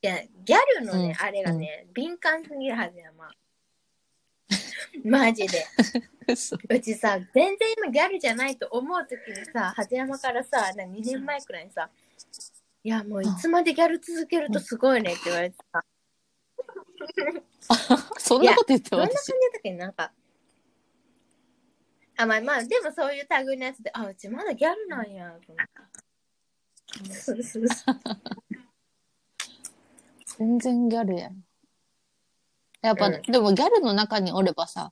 S2: いや、ギャルのね、あれがね、敏感すぎる、ハゼ山。 マジで。
S1: 嘘
S2: うちさ、全然今ギャルじゃないと思うときにさ、ハゼ山からさ、な2年前くらいにさ、いや、もういつまでギャル続けるとすごいねって言われてさ、
S1: そんなこと言って
S2: どんな感じだ
S1: 私。
S2: ったっけなんか。あ、まあまあ、でもそういう類のやつで、あ、うちまだギャルなんや、と思って。 そうそうそ
S1: 全然ギャルやん。やっぱ、
S2: うん
S1: でもギャルの中におればさ、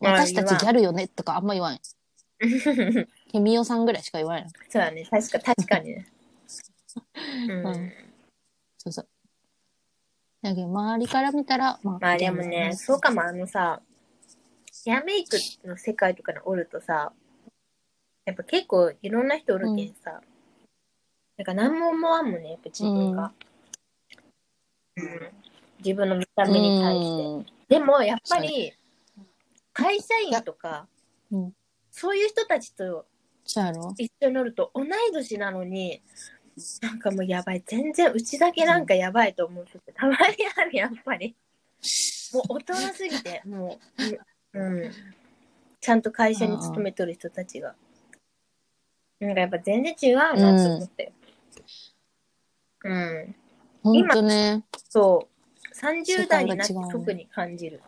S2: まあ
S1: 私たちギャルよねとかあんま言わんやん。
S2: う。 そう
S1: ケミオさんぐらいしか言わんやん。
S2: だね、確か、確か にね。う
S1: うん
S2: ん。
S1: そうそう。だけど周りから見たら、まあ、
S2: まあで
S1: ギ
S2: も
S1: ャルだ
S2: ね、
S1: な
S2: そうかも、あのさ、ヘアメイクの世界とかにおるとさ、やっぱ結構いろんな人おるけんさ、なんか何も思わんもんね、やっぱ自分が。うん自分の見た目に対して。でもやっぱり会社員とか
S1: うん
S2: そういう人たちと
S1: そうやろ
S2: 一緒に乗ると同い年なのになんかもうやばい全然うちだけなんかやばいと思うってたまにあるやっぱりもう大人すぎてもううん、うんちゃんと会社に勤めとる人たちがなんかやっぱ全然違うなと思ってうん、
S1: ほんとね。
S2: そう30代になって
S1: 世界が違うね
S2: 特に感じる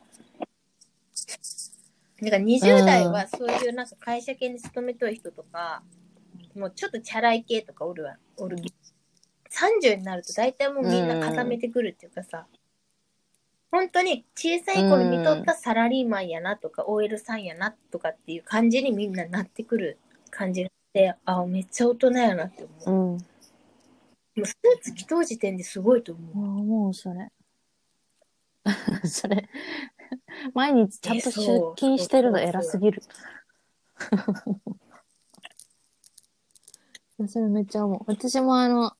S2: なんか20代はそういうなんか会社系に勤めとる人とか、もうちょっとチャラい系とかおるわおるけど30になると大体もうみんな固めてくるっていうかさ、本当に小さい頃見とったサラリーマンやなとか OL さんやなとかっていう感じにみんななってくる感じがしてあめっちゃ大人やなって思
S1: うん。
S2: うもうスーツ着とう時点ですごいと思う
S1: もうそ れ。それ。毎日ちゃんと出勤してるの偉すぎる。 それめっちゃ思う。私もあの、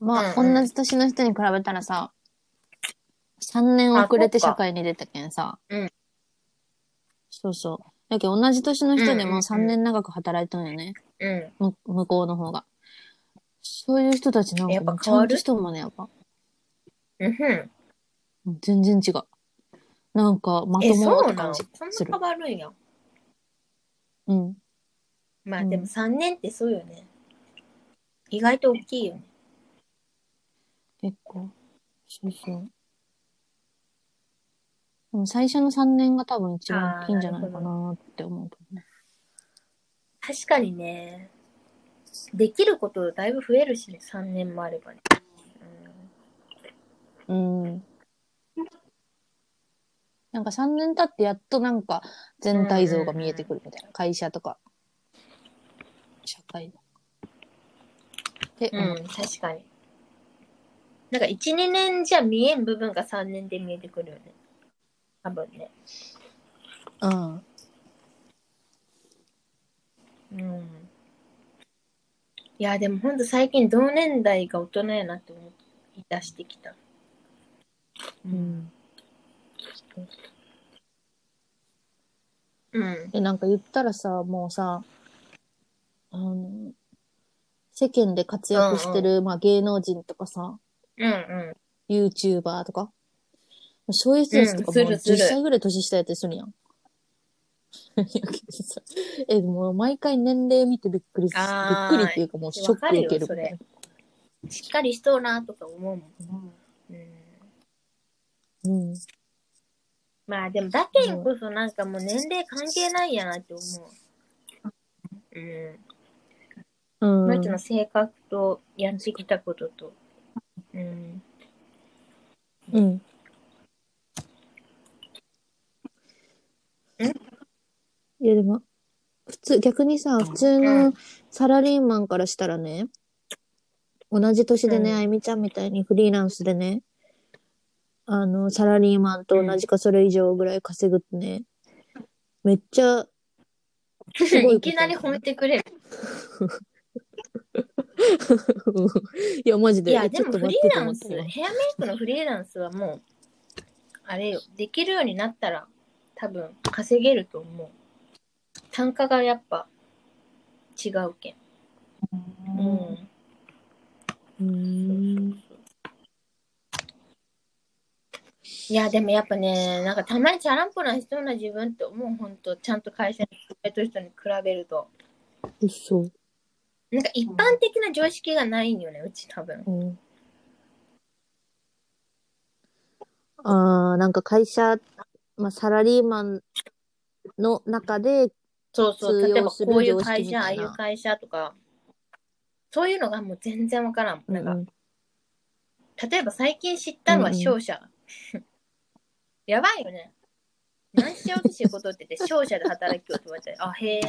S1: まあ、
S2: うんうん
S1: 同じ年の人に比べたらさ、3年遅れて社会に出たけんさ。
S2: あそっかうん
S1: そうそう。だけど同じ年の人で
S2: うんうんうん
S1: も3年長く働いたんよね。
S2: うん
S1: む向こうの方が。そういう人たちなん
S2: やっぱ
S1: かち
S2: 変わ
S1: ゃん
S2: る
S1: としとんもんね、やっぱ。
S2: うんふん
S1: 全然違う。なんか、ま
S2: え、
S1: とも
S2: そ
S1: っ
S2: う
S1: て
S2: な
S1: 感
S2: の
S1: じ
S2: そんな
S1: する
S2: 変。わるんや。
S1: うん。
S2: まあ
S1: うん
S2: でも3年ってそうよね。意外と大きいよね。
S1: 結構。そうそう。でも最初の3年が多分一番大きいんじゃないかなって思うけどね。
S2: 確かにね。できることだいぶ増えるしね、3年もあればね。
S1: うん。なんか3年経ってやっとなんか全体像が見えてくるみたいな。会社とか、社会の。で、
S2: うん、うん確かに。なんか1、2年じゃ見えん部分が3年で見えてくるよね。多分ね。
S1: うん。
S2: うん。いや、でもほんと最近同年代が大人やなって思い出してきた。う
S1: う。ん。
S2: うん。
S1: え、なんか言ったらさ、もうさ、あの、世間で活躍してる、まあ芸能人とかさ、
S2: うんうん。
S1: YouTuber とか、そういう人たちとか
S2: うん
S1: も
S2: す
S1: う
S2: るする
S1: 10歳ぐらい年下やったりするやん。 いやさえ、もう毎回年齢見てびっくりす、び
S2: あ
S1: っ
S2: ー
S1: くりっていうかもうショック受けるみたいな。
S2: しっかりしとうなとか思うもん。うん、
S1: うん。
S2: まあでも、だけんこそなんかもう年齢関係ないやなって思う。うん。
S1: う
S2: こ
S1: ん。
S2: の人の性格とやってきたことと。うん。
S1: うん。いやでも、普通、逆にさ、普通
S2: う
S1: のサラリーマンからしたらね、同じ年でね、
S2: うん
S1: あゆみちゃんみたいにフリーランスでね、あの、サラリーマンと同じかそれ以上ぐらい稼ぐってね、めっち ゃ、すごい
S2: いきなり褒めてくれる。
S1: いや、マジ
S2: い
S1: で、
S2: や、
S1: え
S2: で
S1: ちょっ
S2: も
S1: と
S2: フ
S1: 待
S2: リ
S1: ってと
S2: ーラ
S1: 思っ
S2: ンス、
S1: て
S2: ヘア
S1: よ
S2: メ。イクのフリーランスはもう、あれよ、できるようになったら、多分稼げると思う。単価がやっぱ違うけん。うん
S1: うーん。
S2: いや、でもやっぱね、なんかたまにチャランポランしそうな自分って思う、ほんと、ちゃんと会社に勤めてる人に比べると。
S1: 嘘。
S2: なんか一般的な常識がないんよね、うち多分。
S1: うんあーなんか会社、まあ、サラリーマンの中で、
S2: そうそう、
S1: 通
S2: 例え
S1: 用
S2: ば
S1: す
S2: こう
S1: る
S2: いう
S1: 常
S2: 会
S1: 識み
S2: 社、ああ
S1: た
S2: い
S1: いな
S2: う会社とか、そういうのがもう全然わからん。なんか、
S1: うん
S2: 例えば最近知ったのは商社。 やばいよね。何しようと仕事って 言って、商社で働きようと思って、あ、へえ、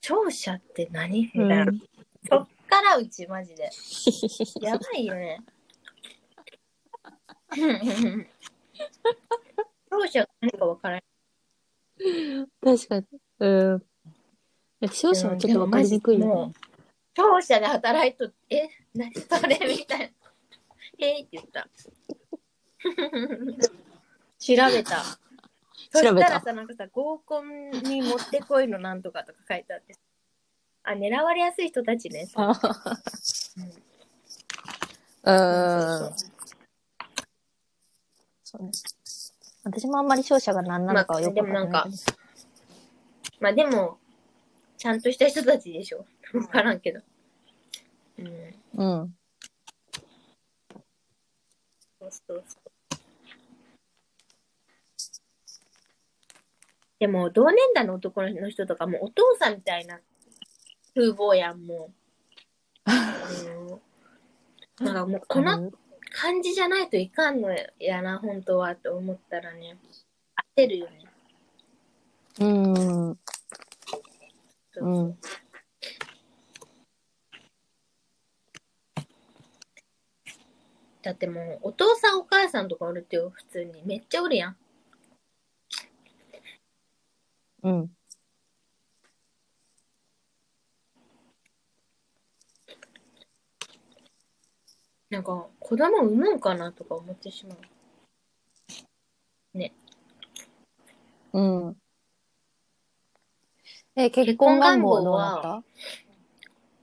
S2: 商社って何みた
S1: う
S2: いな。
S1: ん
S2: そっからうちマジで。やばいよ ね。どうしよう何かわからない。
S1: 確かに。うん。勝者はちょっとわかりにくい
S2: でも
S1: よ
S2: マジでもう商社で働いとえ何 それみたいな。えー、って言った。 調べた。そ
S1: 調
S2: し
S1: べ
S2: た
S1: た
S2: らさ、なんかさ、合コンに持ってこいのなんとかとか書いてあって、あ、狙われやすい人たちね。
S1: あうん。そうね。私もあんまり勝者が何なのかはよくわから
S2: ま
S1: な
S2: あ
S1: いけど。
S2: まあでも、ちゃんとした人たちでしょ。 わからんけど。うん。
S1: うん。
S2: そうそうそう。でも、同年代の男の人とかもお父さんみたいな風貌やん、もう。うん、なんかもう、この
S1: あの
S2: 感じじゃないといかんのやな、本当は、と思ったらね。焦るよね。
S1: うん。う。
S2: そうそうんだってもう、お父さんお母さんとかおるってよ、普通に。めっちゃおるやん。
S1: うん。
S2: なんか、子供産むんかなとか思ってしまう。
S1: うん。え、結婚願望はどうなっ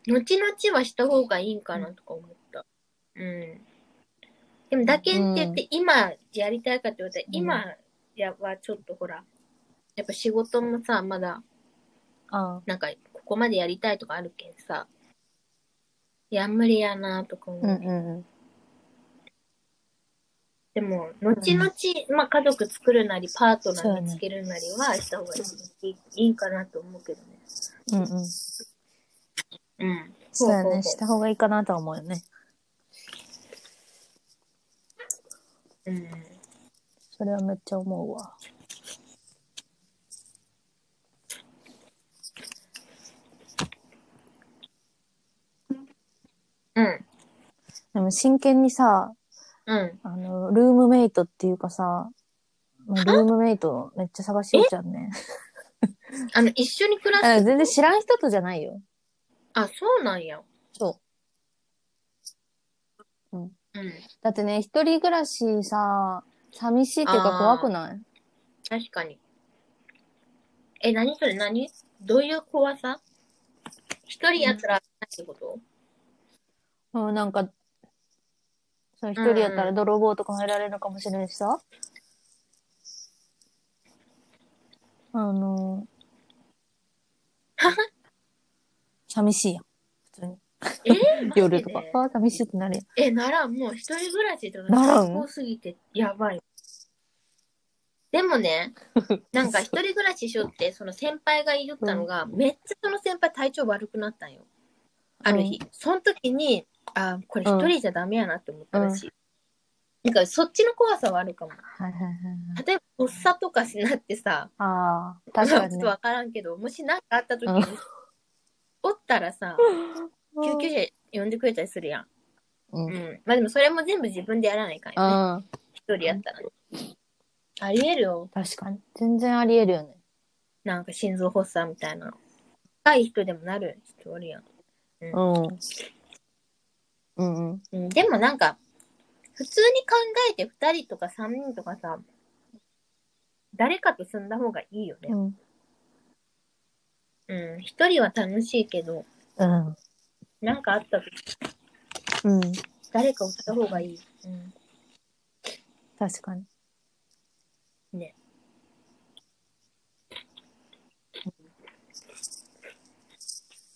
S1: た
S2: 後々はした方がいいんかなとか思った。うん。でも、だけんって言って、今やりたいかって言われたら、
S1: うん
S2: 今やはちょっとほら、やっぱ仕事もさ、まだ、
S1: あ
S2: なんか、ここまでやりたいとかあるけんさ、いや、無理やなとか思う。
S1: うんうん
S2: でも、後々、まあ、家族作るなり、パートナー見つけるなりはした方がいい,、いいんかなと思うけどね。
S1: うんうん。
S2: うん。
S1: そうや
S2: ほうほうほう
S1: ね。した方がいいかなとは思うよね。
S2: うん。
S1: それはめっちゃ思うわ。
S2: うん。
S1: でも真剣にさ、
S2: うん。
S1: あの、ルームメイトっていうかさ、まあルームメイトめっちゃ探しようじゃんね。
S2: あの、一緒に暮らす。
S1: あ全然知らん人とじゃないよ。
S2: あ、そうなんや。
S1: そう。
S2: うん。
S1: だってね、一人暮らしさ、寂しいっていうか怖くない
S2: 確かに。え、何それ何どういう怖さ一人やったら、ってこと、
S1: うん、なんか、そう、一人やったら泥棒とか入られるのかもしれんしさ。あの ー寂しいやん、普通に。
S2: えーマジで
S1: 夜とか、あー寂しいってなるやん。
S2: え、ならん、もう一人暮らしとか
S1: ならん
S2: 多すぎて、やばい。で もね、なんか一人暮らししよって、その先輩が言ったのが、めっちゃその先輩体調悪くなったんよ。ある日。その時に、あーこれ一人じゃダメやなって思ったらしい。なんかそっちの怖さはあるかも。
S1: はいはいはいはい。
S2: 例えば、発作とかしなってさ、
S1: ああ、確かに、
S2: ちょっ
S1: ね。
S2: とわからんけど、もし何かあった時
S1: うん
S2: に、おったらさ、救急車呼んでくれたりするやん。
S1: うん
S2: うん。まあでもそれも全部自分でやらないから
S1: う
S2: ね。
S1: ん、
S2: 一人やったらね。ありえるよ。
S1: 確かに。全然ありえるよね。
S2: なんか心臓発作みたいな。若い人でもなる人おるやん。
S1: うん。うんうん。
S2: うん。でもなんか、普通に考えて二人とか三人とかさ、誰かと住んだ方がいいよね
S1: う。ん。
S2: うん。一人は楽しいけど、
S1: うん。
S2: なんかあった時、
S1: うん。
S2: 誰かをした方がいい。うん。
S1: 確かに。
S2: ね。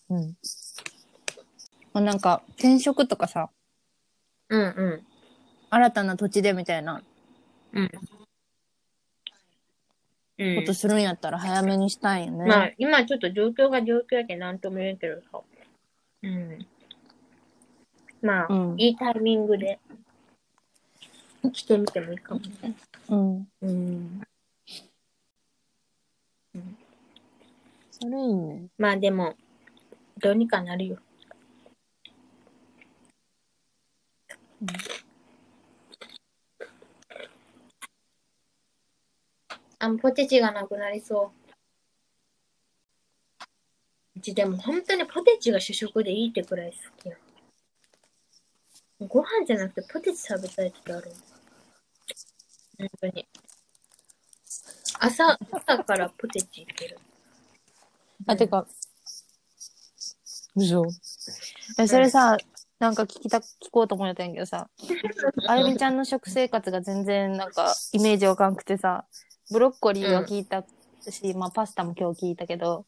S1: うん。まあ、なんか、転職とかさ、
S2: うんう。
S1: 新たな土地でみたいなん
S2: うん。う
S1: こと
S2: ん、
S1: するんやったら早めにしたいよね。
S2: まあ、今ちょっと状況が状況やけなんとも言えんけどさ。うん。まあ、
S1: うん
S2: いいタイミングで来てみてもいいかも。
S1: うん。
S2: うん。
S1: それいいね。
S2: まあでも、どうにかなるよ。あ、ポテチがなくなりそう。うちでも本当にポテチが主食でいいってくらい好きや。ご飯じゃなくてポテチ食べたい時あるもん。本当に。朝、朝からポテチいける。
S1: あ、てか、嘘。え、それさ、なんか聞きた、聞こうと思ったんやけどさ、あゆみちゃんの食生活が全然なんかイメージわかんくてさ、ブロッコリーは聞いたし、まあパスタも今日聞いたけど、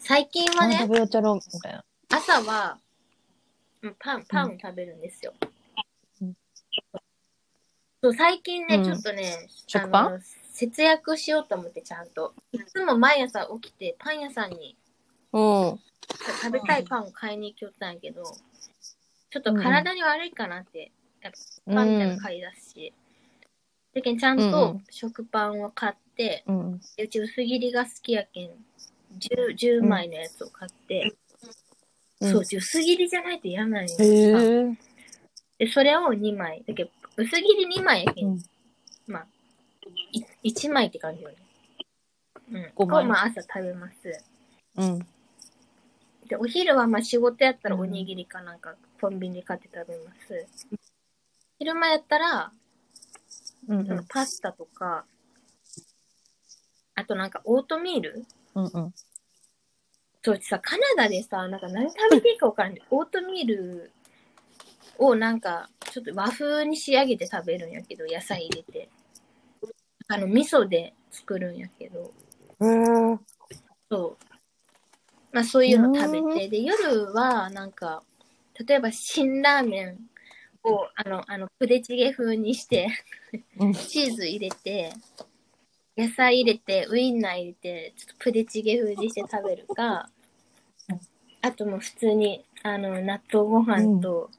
S2: 最近は
S1: 何食
S2: ね、
S1: べようちゃろうみたいな。
S2: 朝は、うんパン、パンを食べるんですよ。
S1: うん
S2: そう、最近ね、
S1: うん
S2: ちょっとね、
S1: 食パン
S2: あの節約しようと思ってちゃんと。いつも毎朝起きてパン屋さんに
S1: うん。
S2: 食べたいパンを買いに行きよったんやけど、ちょっと体に悪いかなって、やっぱパンみたいなの買い出すし。だけどちゃん
S1: うんう
S2: と
S1: ん
S2: 食パンを買って、
S1: うん。
S2: でうち薄切りが好きやけん 10, 10枚のやつを買って、
S1: うん
S2: そう薄切りじゃないと嫌なんよ、
S1: へえ。
S2: でそれを2枚だけど薄切り2枚やけん、
S1: うん
S2: まあ1枚って感じよねうん、
S1: 五枚
S2: これまあ朝食べます
S1: うん。
S2: でお昼はまあ仕事やったらおにぎりかなんかコンビニで買って食べます昼間やったら
S1: うん。う
S2: その
S1: ん。
S2: パスタとかあとなんかオートミール
S1: うん。うん。
S2: そうさ、カナダでさ、なんか何食べていいか分からんで、オートミールをなんか、ちょっと和風に仕上げて食べるんやけど、野菜入れて。あの、味噌で作るんやけど、
S1: へえ。
S2: そう。まあ、そういうの食べて、で、夜は、なんか、例えば、辛ラーメンを、あの、あの、プデチゲ風にして
S1: うん、
S2: チーズ入れて、野菜入れて、ウインナー入れて、ちょっとプデチゲ風にして食べるか、あともう普通に、あの、納豆ご飯と、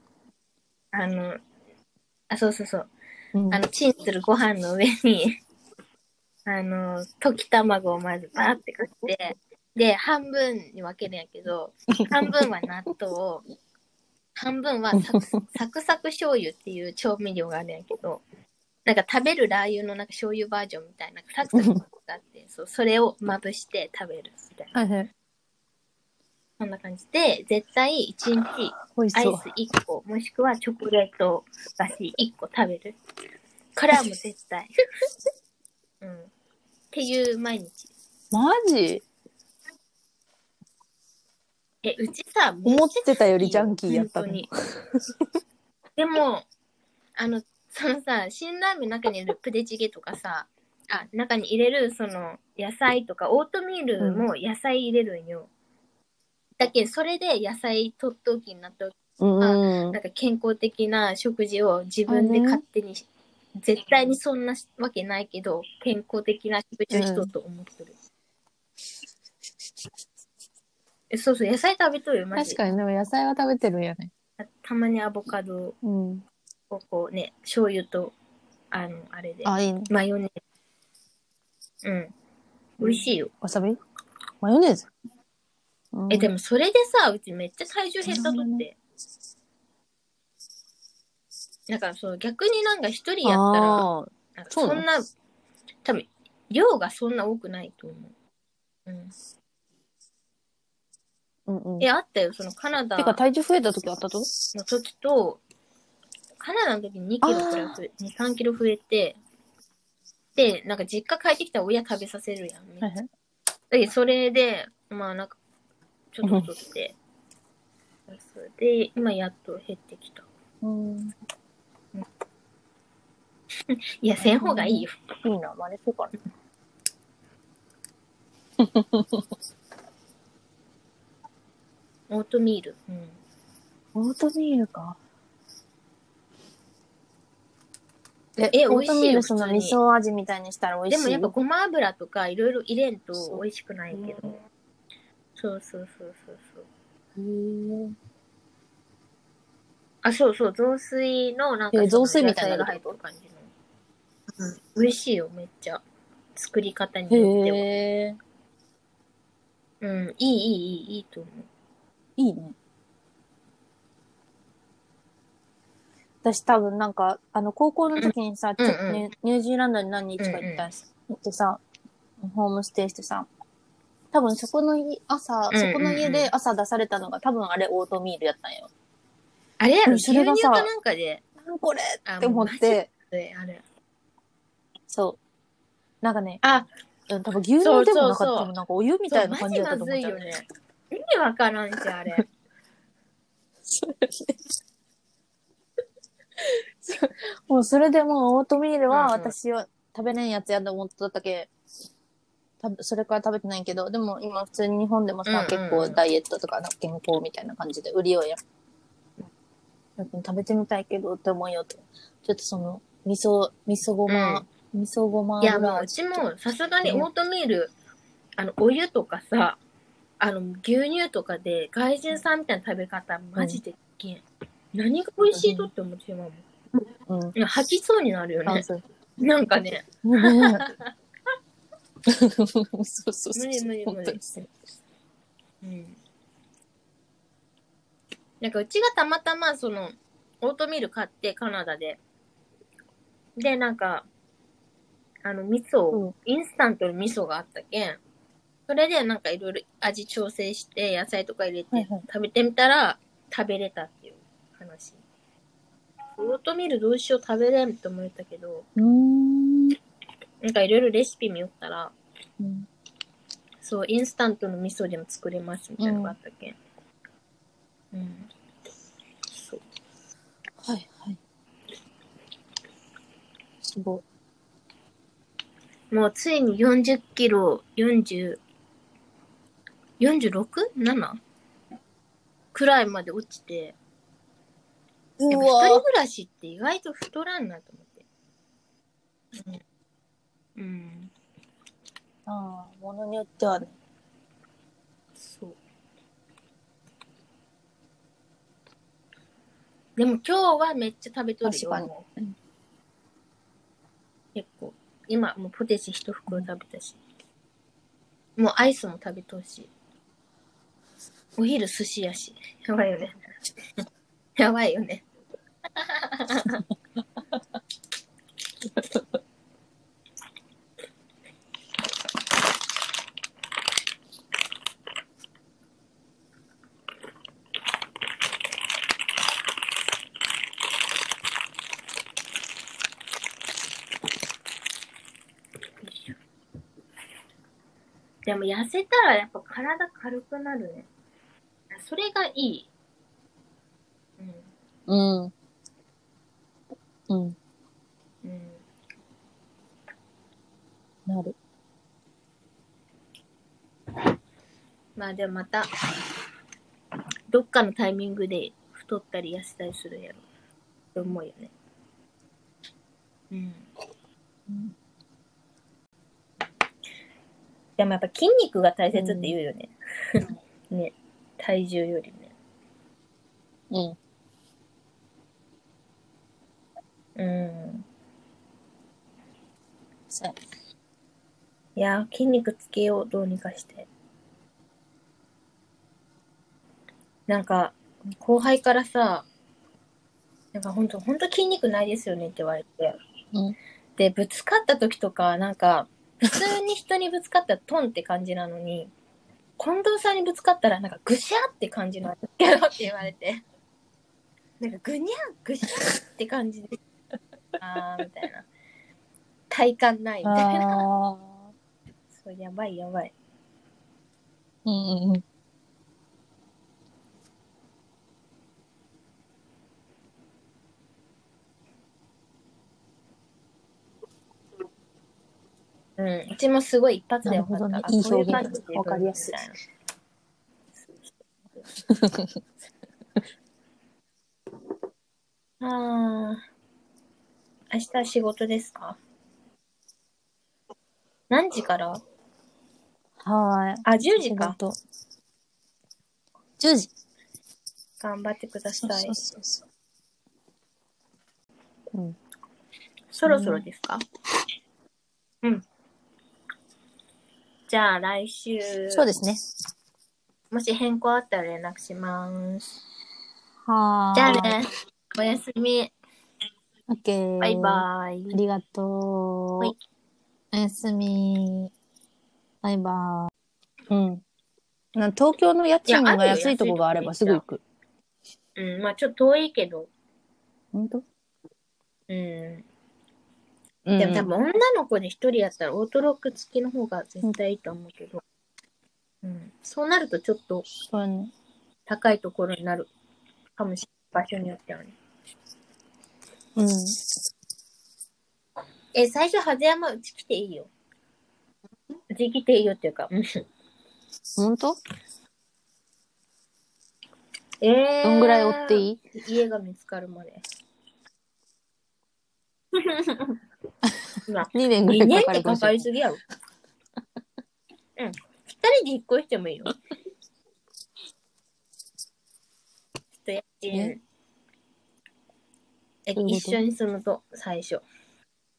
S2: あの、あ、そうそうそう、
S1: うん
S2: あの、チンするご飯の上に、 あの、溶き卵をまずバーってかけて、で、半分に分けるんやけど、半分は納豆を、半分はサクサクサク醤油っていう調味料があるんやけど、なんか食べるラー油のなんか醤油バージョンみたいな、サクサクがあって、そう、それをまぶして食べるみたいな。
S1: はいはい。
S2: そんな感じで、絶対1日
S1: 美味し
S2: アイ
S1: そう。
S2: ス1個、もしくはチョコレート菓子1個食べる。これはもう絶 対。うん。っていう毎日。
S1: マジ
S2: え、うちさ、
S1: 思ってたよりジャンキーやった
S2: 本
S1: の
S2: 当。に。 でも、あの、そのさ、辛ラーメンの中に入れるプデチゲとかさ、あ、中に入れるその野菜とか、オートミールも野菜入れるんよ。だけど、それで野菜取っときになって
S1: うん。
S2: なんか健康的な食事を自分で勝手に、絶対にそんなわけないけど、健康的な食事をしとうと思ってる。えそうそう、野菜食べとるよ、マジ
S1: 確かに、でも野菜は食べてるんやね。
S2: たまにアボカド
S1: うん。
S2: をこうね、醤油と、あの、あれで、
S1: あ、いいね。
S2: マヨネーズ。うん。美味しいよ。
S1: わさびマヨネーズ、うん
S2: え、でもそれでさ、うちめっちゃ体重減ったとって。なんかそう、逆になんか一人やったら、
S1: あー
S2: なんか
S1: そ
S2: そう
S1: なの
S2: んな、多分、量がそんな多くないと思う。うん。
S1: うんうん。
S2: え、あったよ、そのカナダ
S1: てか体重増えた時あったと
S2: の時と、カナダの時に2キロくらい増え、2、3キロ増えて、で、なんか実家帰ってきたら親食べさせるやん、ね。
S1: はいはい。
S2: で、それで、まあなんか、ちょっと太って、それで、今やっと減ってきた。
S1: うん。
S2: いや、せん方がいいよ。
S1: いいな、真似そうかな。
S2: オートミール。うん。
S1: オートミールか。え
S2: え
S1: オートミー
S2: 美
S1: ル
S2: 味しい
S1: そ
S2: よ
S1: の味
S2: 普通に
S1: 噌味みたいにしたら美
S2: で
S1: 味しい。
S2: もやっぱごま油とかいろいろ入れんと
S1: そう
S2: 美味しくないけど。そうそうそうそうそう。
S1: へ
S2: あ、そうそう、雑炊のなんか
S1: えー
S2: その
S1: 雑炊みたいな
S2: 野菜が入ってる感じの。うん、美味しいよ、めっちゃ。作り方に
S1: え。
S2: よっては。
S1: へえ。
S2: うん、いい、いい、いい、いいと思う。
S1: いいね。私多分なんか、あの、高校の時にさ、
S2: うん
S1: ちょっと
S2: うんうん
S1: ニュニュージーランドに何日か行ったんです。行ってさ、ホームステイしてさ、多分そこのい朝、
S2: うんうんうん
S1: そこの家で朝出されたのが多分あれオートミールやったんよ。
S2: あれや
S1: う
S2: ろ、
S1: んそ
S2: 牛
S1: れ
S2: 乳
S1: が
S2: か
S1: さ
S2: なんかで、
S1: なんこれ
S2: あ
S1: って思っ
S2: もうマ
S1: て、
S2: であれ。
S1: そう。なんかね、
S2: あ、
S1: うん、多分牛乳でもなかった多分なんかお湯みたいな
S2: そ
S1: 感
S2: うマ
S1: じ
S2: ジ
S1: だった
S2: ま
S1: と思
S2: ず
S1: っ
S2: い
S1: た
S2: よ
S1: ね
S2: ね。意味わからんし、あれ。
S1: そうね。もうそれでもうオートミール
S2: うん
S1: は
S2: うん
S1: 私は食べれんやつやと思っとったけ、たそれから食べてないけど、でも今普通に日本でもさ、
S2: うんうん
S1: 結構ダイエットとかなんか健康みたいな感じで売りようやん。だけど食べてみたいけどって思うよって。ちょっとその、味噌、味噌ごま、味噌ごま
S2: いや、
S1: 油
S2: もうう
S1: 味
S2: ちもさすがにオートミール、あの、お湯とかさ、あの、牛乳とかで外人さんみたいな食べ方、マジでできん。何が美味しいとって思ってしまうもん。
S1: うん。
S2: いや吐きそうになるよ
S1: あ
S2: ね。
S1: そう。
S2: なんかね、
S1: ねえそうそうそう。
S2: 無理無理無
S1: 本当
S2: 理
S1: に。
S2: うん。なんかうちがたまたまその、オートミール買って、カナダで。で、なんか、あの、味噌を、
S1: うん
S2: インスタントの味噌があったけん。それでなんかいろいろ味調整して、野菜とか入れ
S1: はい
S2: て
S1: はい、
S2: 食べてみたら、食べれたっていう話。オートミールどうしよう食べれんと思ったけど、
S1: うーん。
S2: なんかいろいろレシピ見よったら、
S1: うん
S2: そう、インスタントの味噌でも作れますみたいなのがあったっけ、うん、そう。
S1: はいはい。すごい。
S2: もうついに40キロ、40、46?7? くらいまで落ちて、
S1: う
S2: やっぱ一人暮らしって意外と太らんなと思って。うん。うん、
S1: ああ、ものによってはね。
S2: そう。でも今日はめっちゃ食べとるよ。
S1: 確かにうん
S2: 結構今もうポテチ一袋食べたし、もうアイスも食べとうしお昼寿司やしやばいよね やばいよねでも痩せたらやっぱ体軽くなるねそれがいい、うん、
S1: うん。うん。
S2: うん、
S1: なる。
S2: まあでもまたどっかのタイミングで太ったり痩せたりするやろと思うよねうん
S1: うん
S2: でもやっぱ筋肉が大切って言うよね。 ね。体重よりね。
S1: うん。
S2: うん。
S1: そう
S2: いやー、筋肉つけよう、どうにかして。なんか、後輩からさ、なんかほんと、ほんと筋肉ないですよねって言われて。
S1: うん
S2: で、ぶつかった時とか、なんか、普通に人にぶつかったらトンって感じなのに、近藤さんにぶつかったら、なんかぐしゃって感じなんですけどって言われて。なんかぐにゃぐしゃって感じで。あー、みたいな。体感ないみたいな。
S1: ああ。
S2: そう、やばいやばい。
S1: うんうん。
S2: うん。うちもすごい一発で分かった。
S1: なるほどね
S2: あ
S1: いい
S2: そうう
S1: 表
S2: 感じ
S1: 現
S2: で分
S1: わかりやすい
S2: みたな ああ。明日仕事ですか何時から
S1: はーい。
S2: あ、10時か。。
S1: 10時。
S2: 頑張ってください。そ
S1: そうそう。うん。
S2: ろそろですかうん。じゃあ来週、
S1: そうですね。
S2: もし変更あったら連絡します。
S1: はーい。
S2: じゃあ。ね、おやすみ。
S1: オッケー。
S2: バイバーイ。
S1: ありがとう。
S2: はい
S1: おやすみ。バイバイ。うん。な東京の家賃
S2: いや
S1: が
S2: あるよ
S1: 安いとこがあれば
S2: 安
S1: す
S2: いとこ
S1: ぐ行く。
S2: うん、まあちょっと遠いけど、
S1: 本当
S2: うん。
S1: うん
S2: でも多分女の子で一人やったらオートロック付きの方が絶対いいと思うけど。うん、そうなるとちょっと
S1: そうやね。
S2: 高いところになるかもしれない。場所によってはね。
S1: うん。
S2: え、最初、ハゼ山、うち来ていいよ。うち来ていいよっていうか。うん
S1: 本当
S2: えー、
S1: どんぐらい追っていい
S2: 家が見つかるま で。まあ
S1: ?2 年ぐら
S2: 2
S1: い
S2: 年
S1: か
S2: っ
S1: か
S2: て
S1: るか
S2: か
S1: もし
S2: か
S1: れない。
S2: りすぎやろ。うん。2人で1個してもいいよ。ちょっと家賃
S1: え。
S2: え
S1: どういうこと
S2: 一緒に住むと、最初。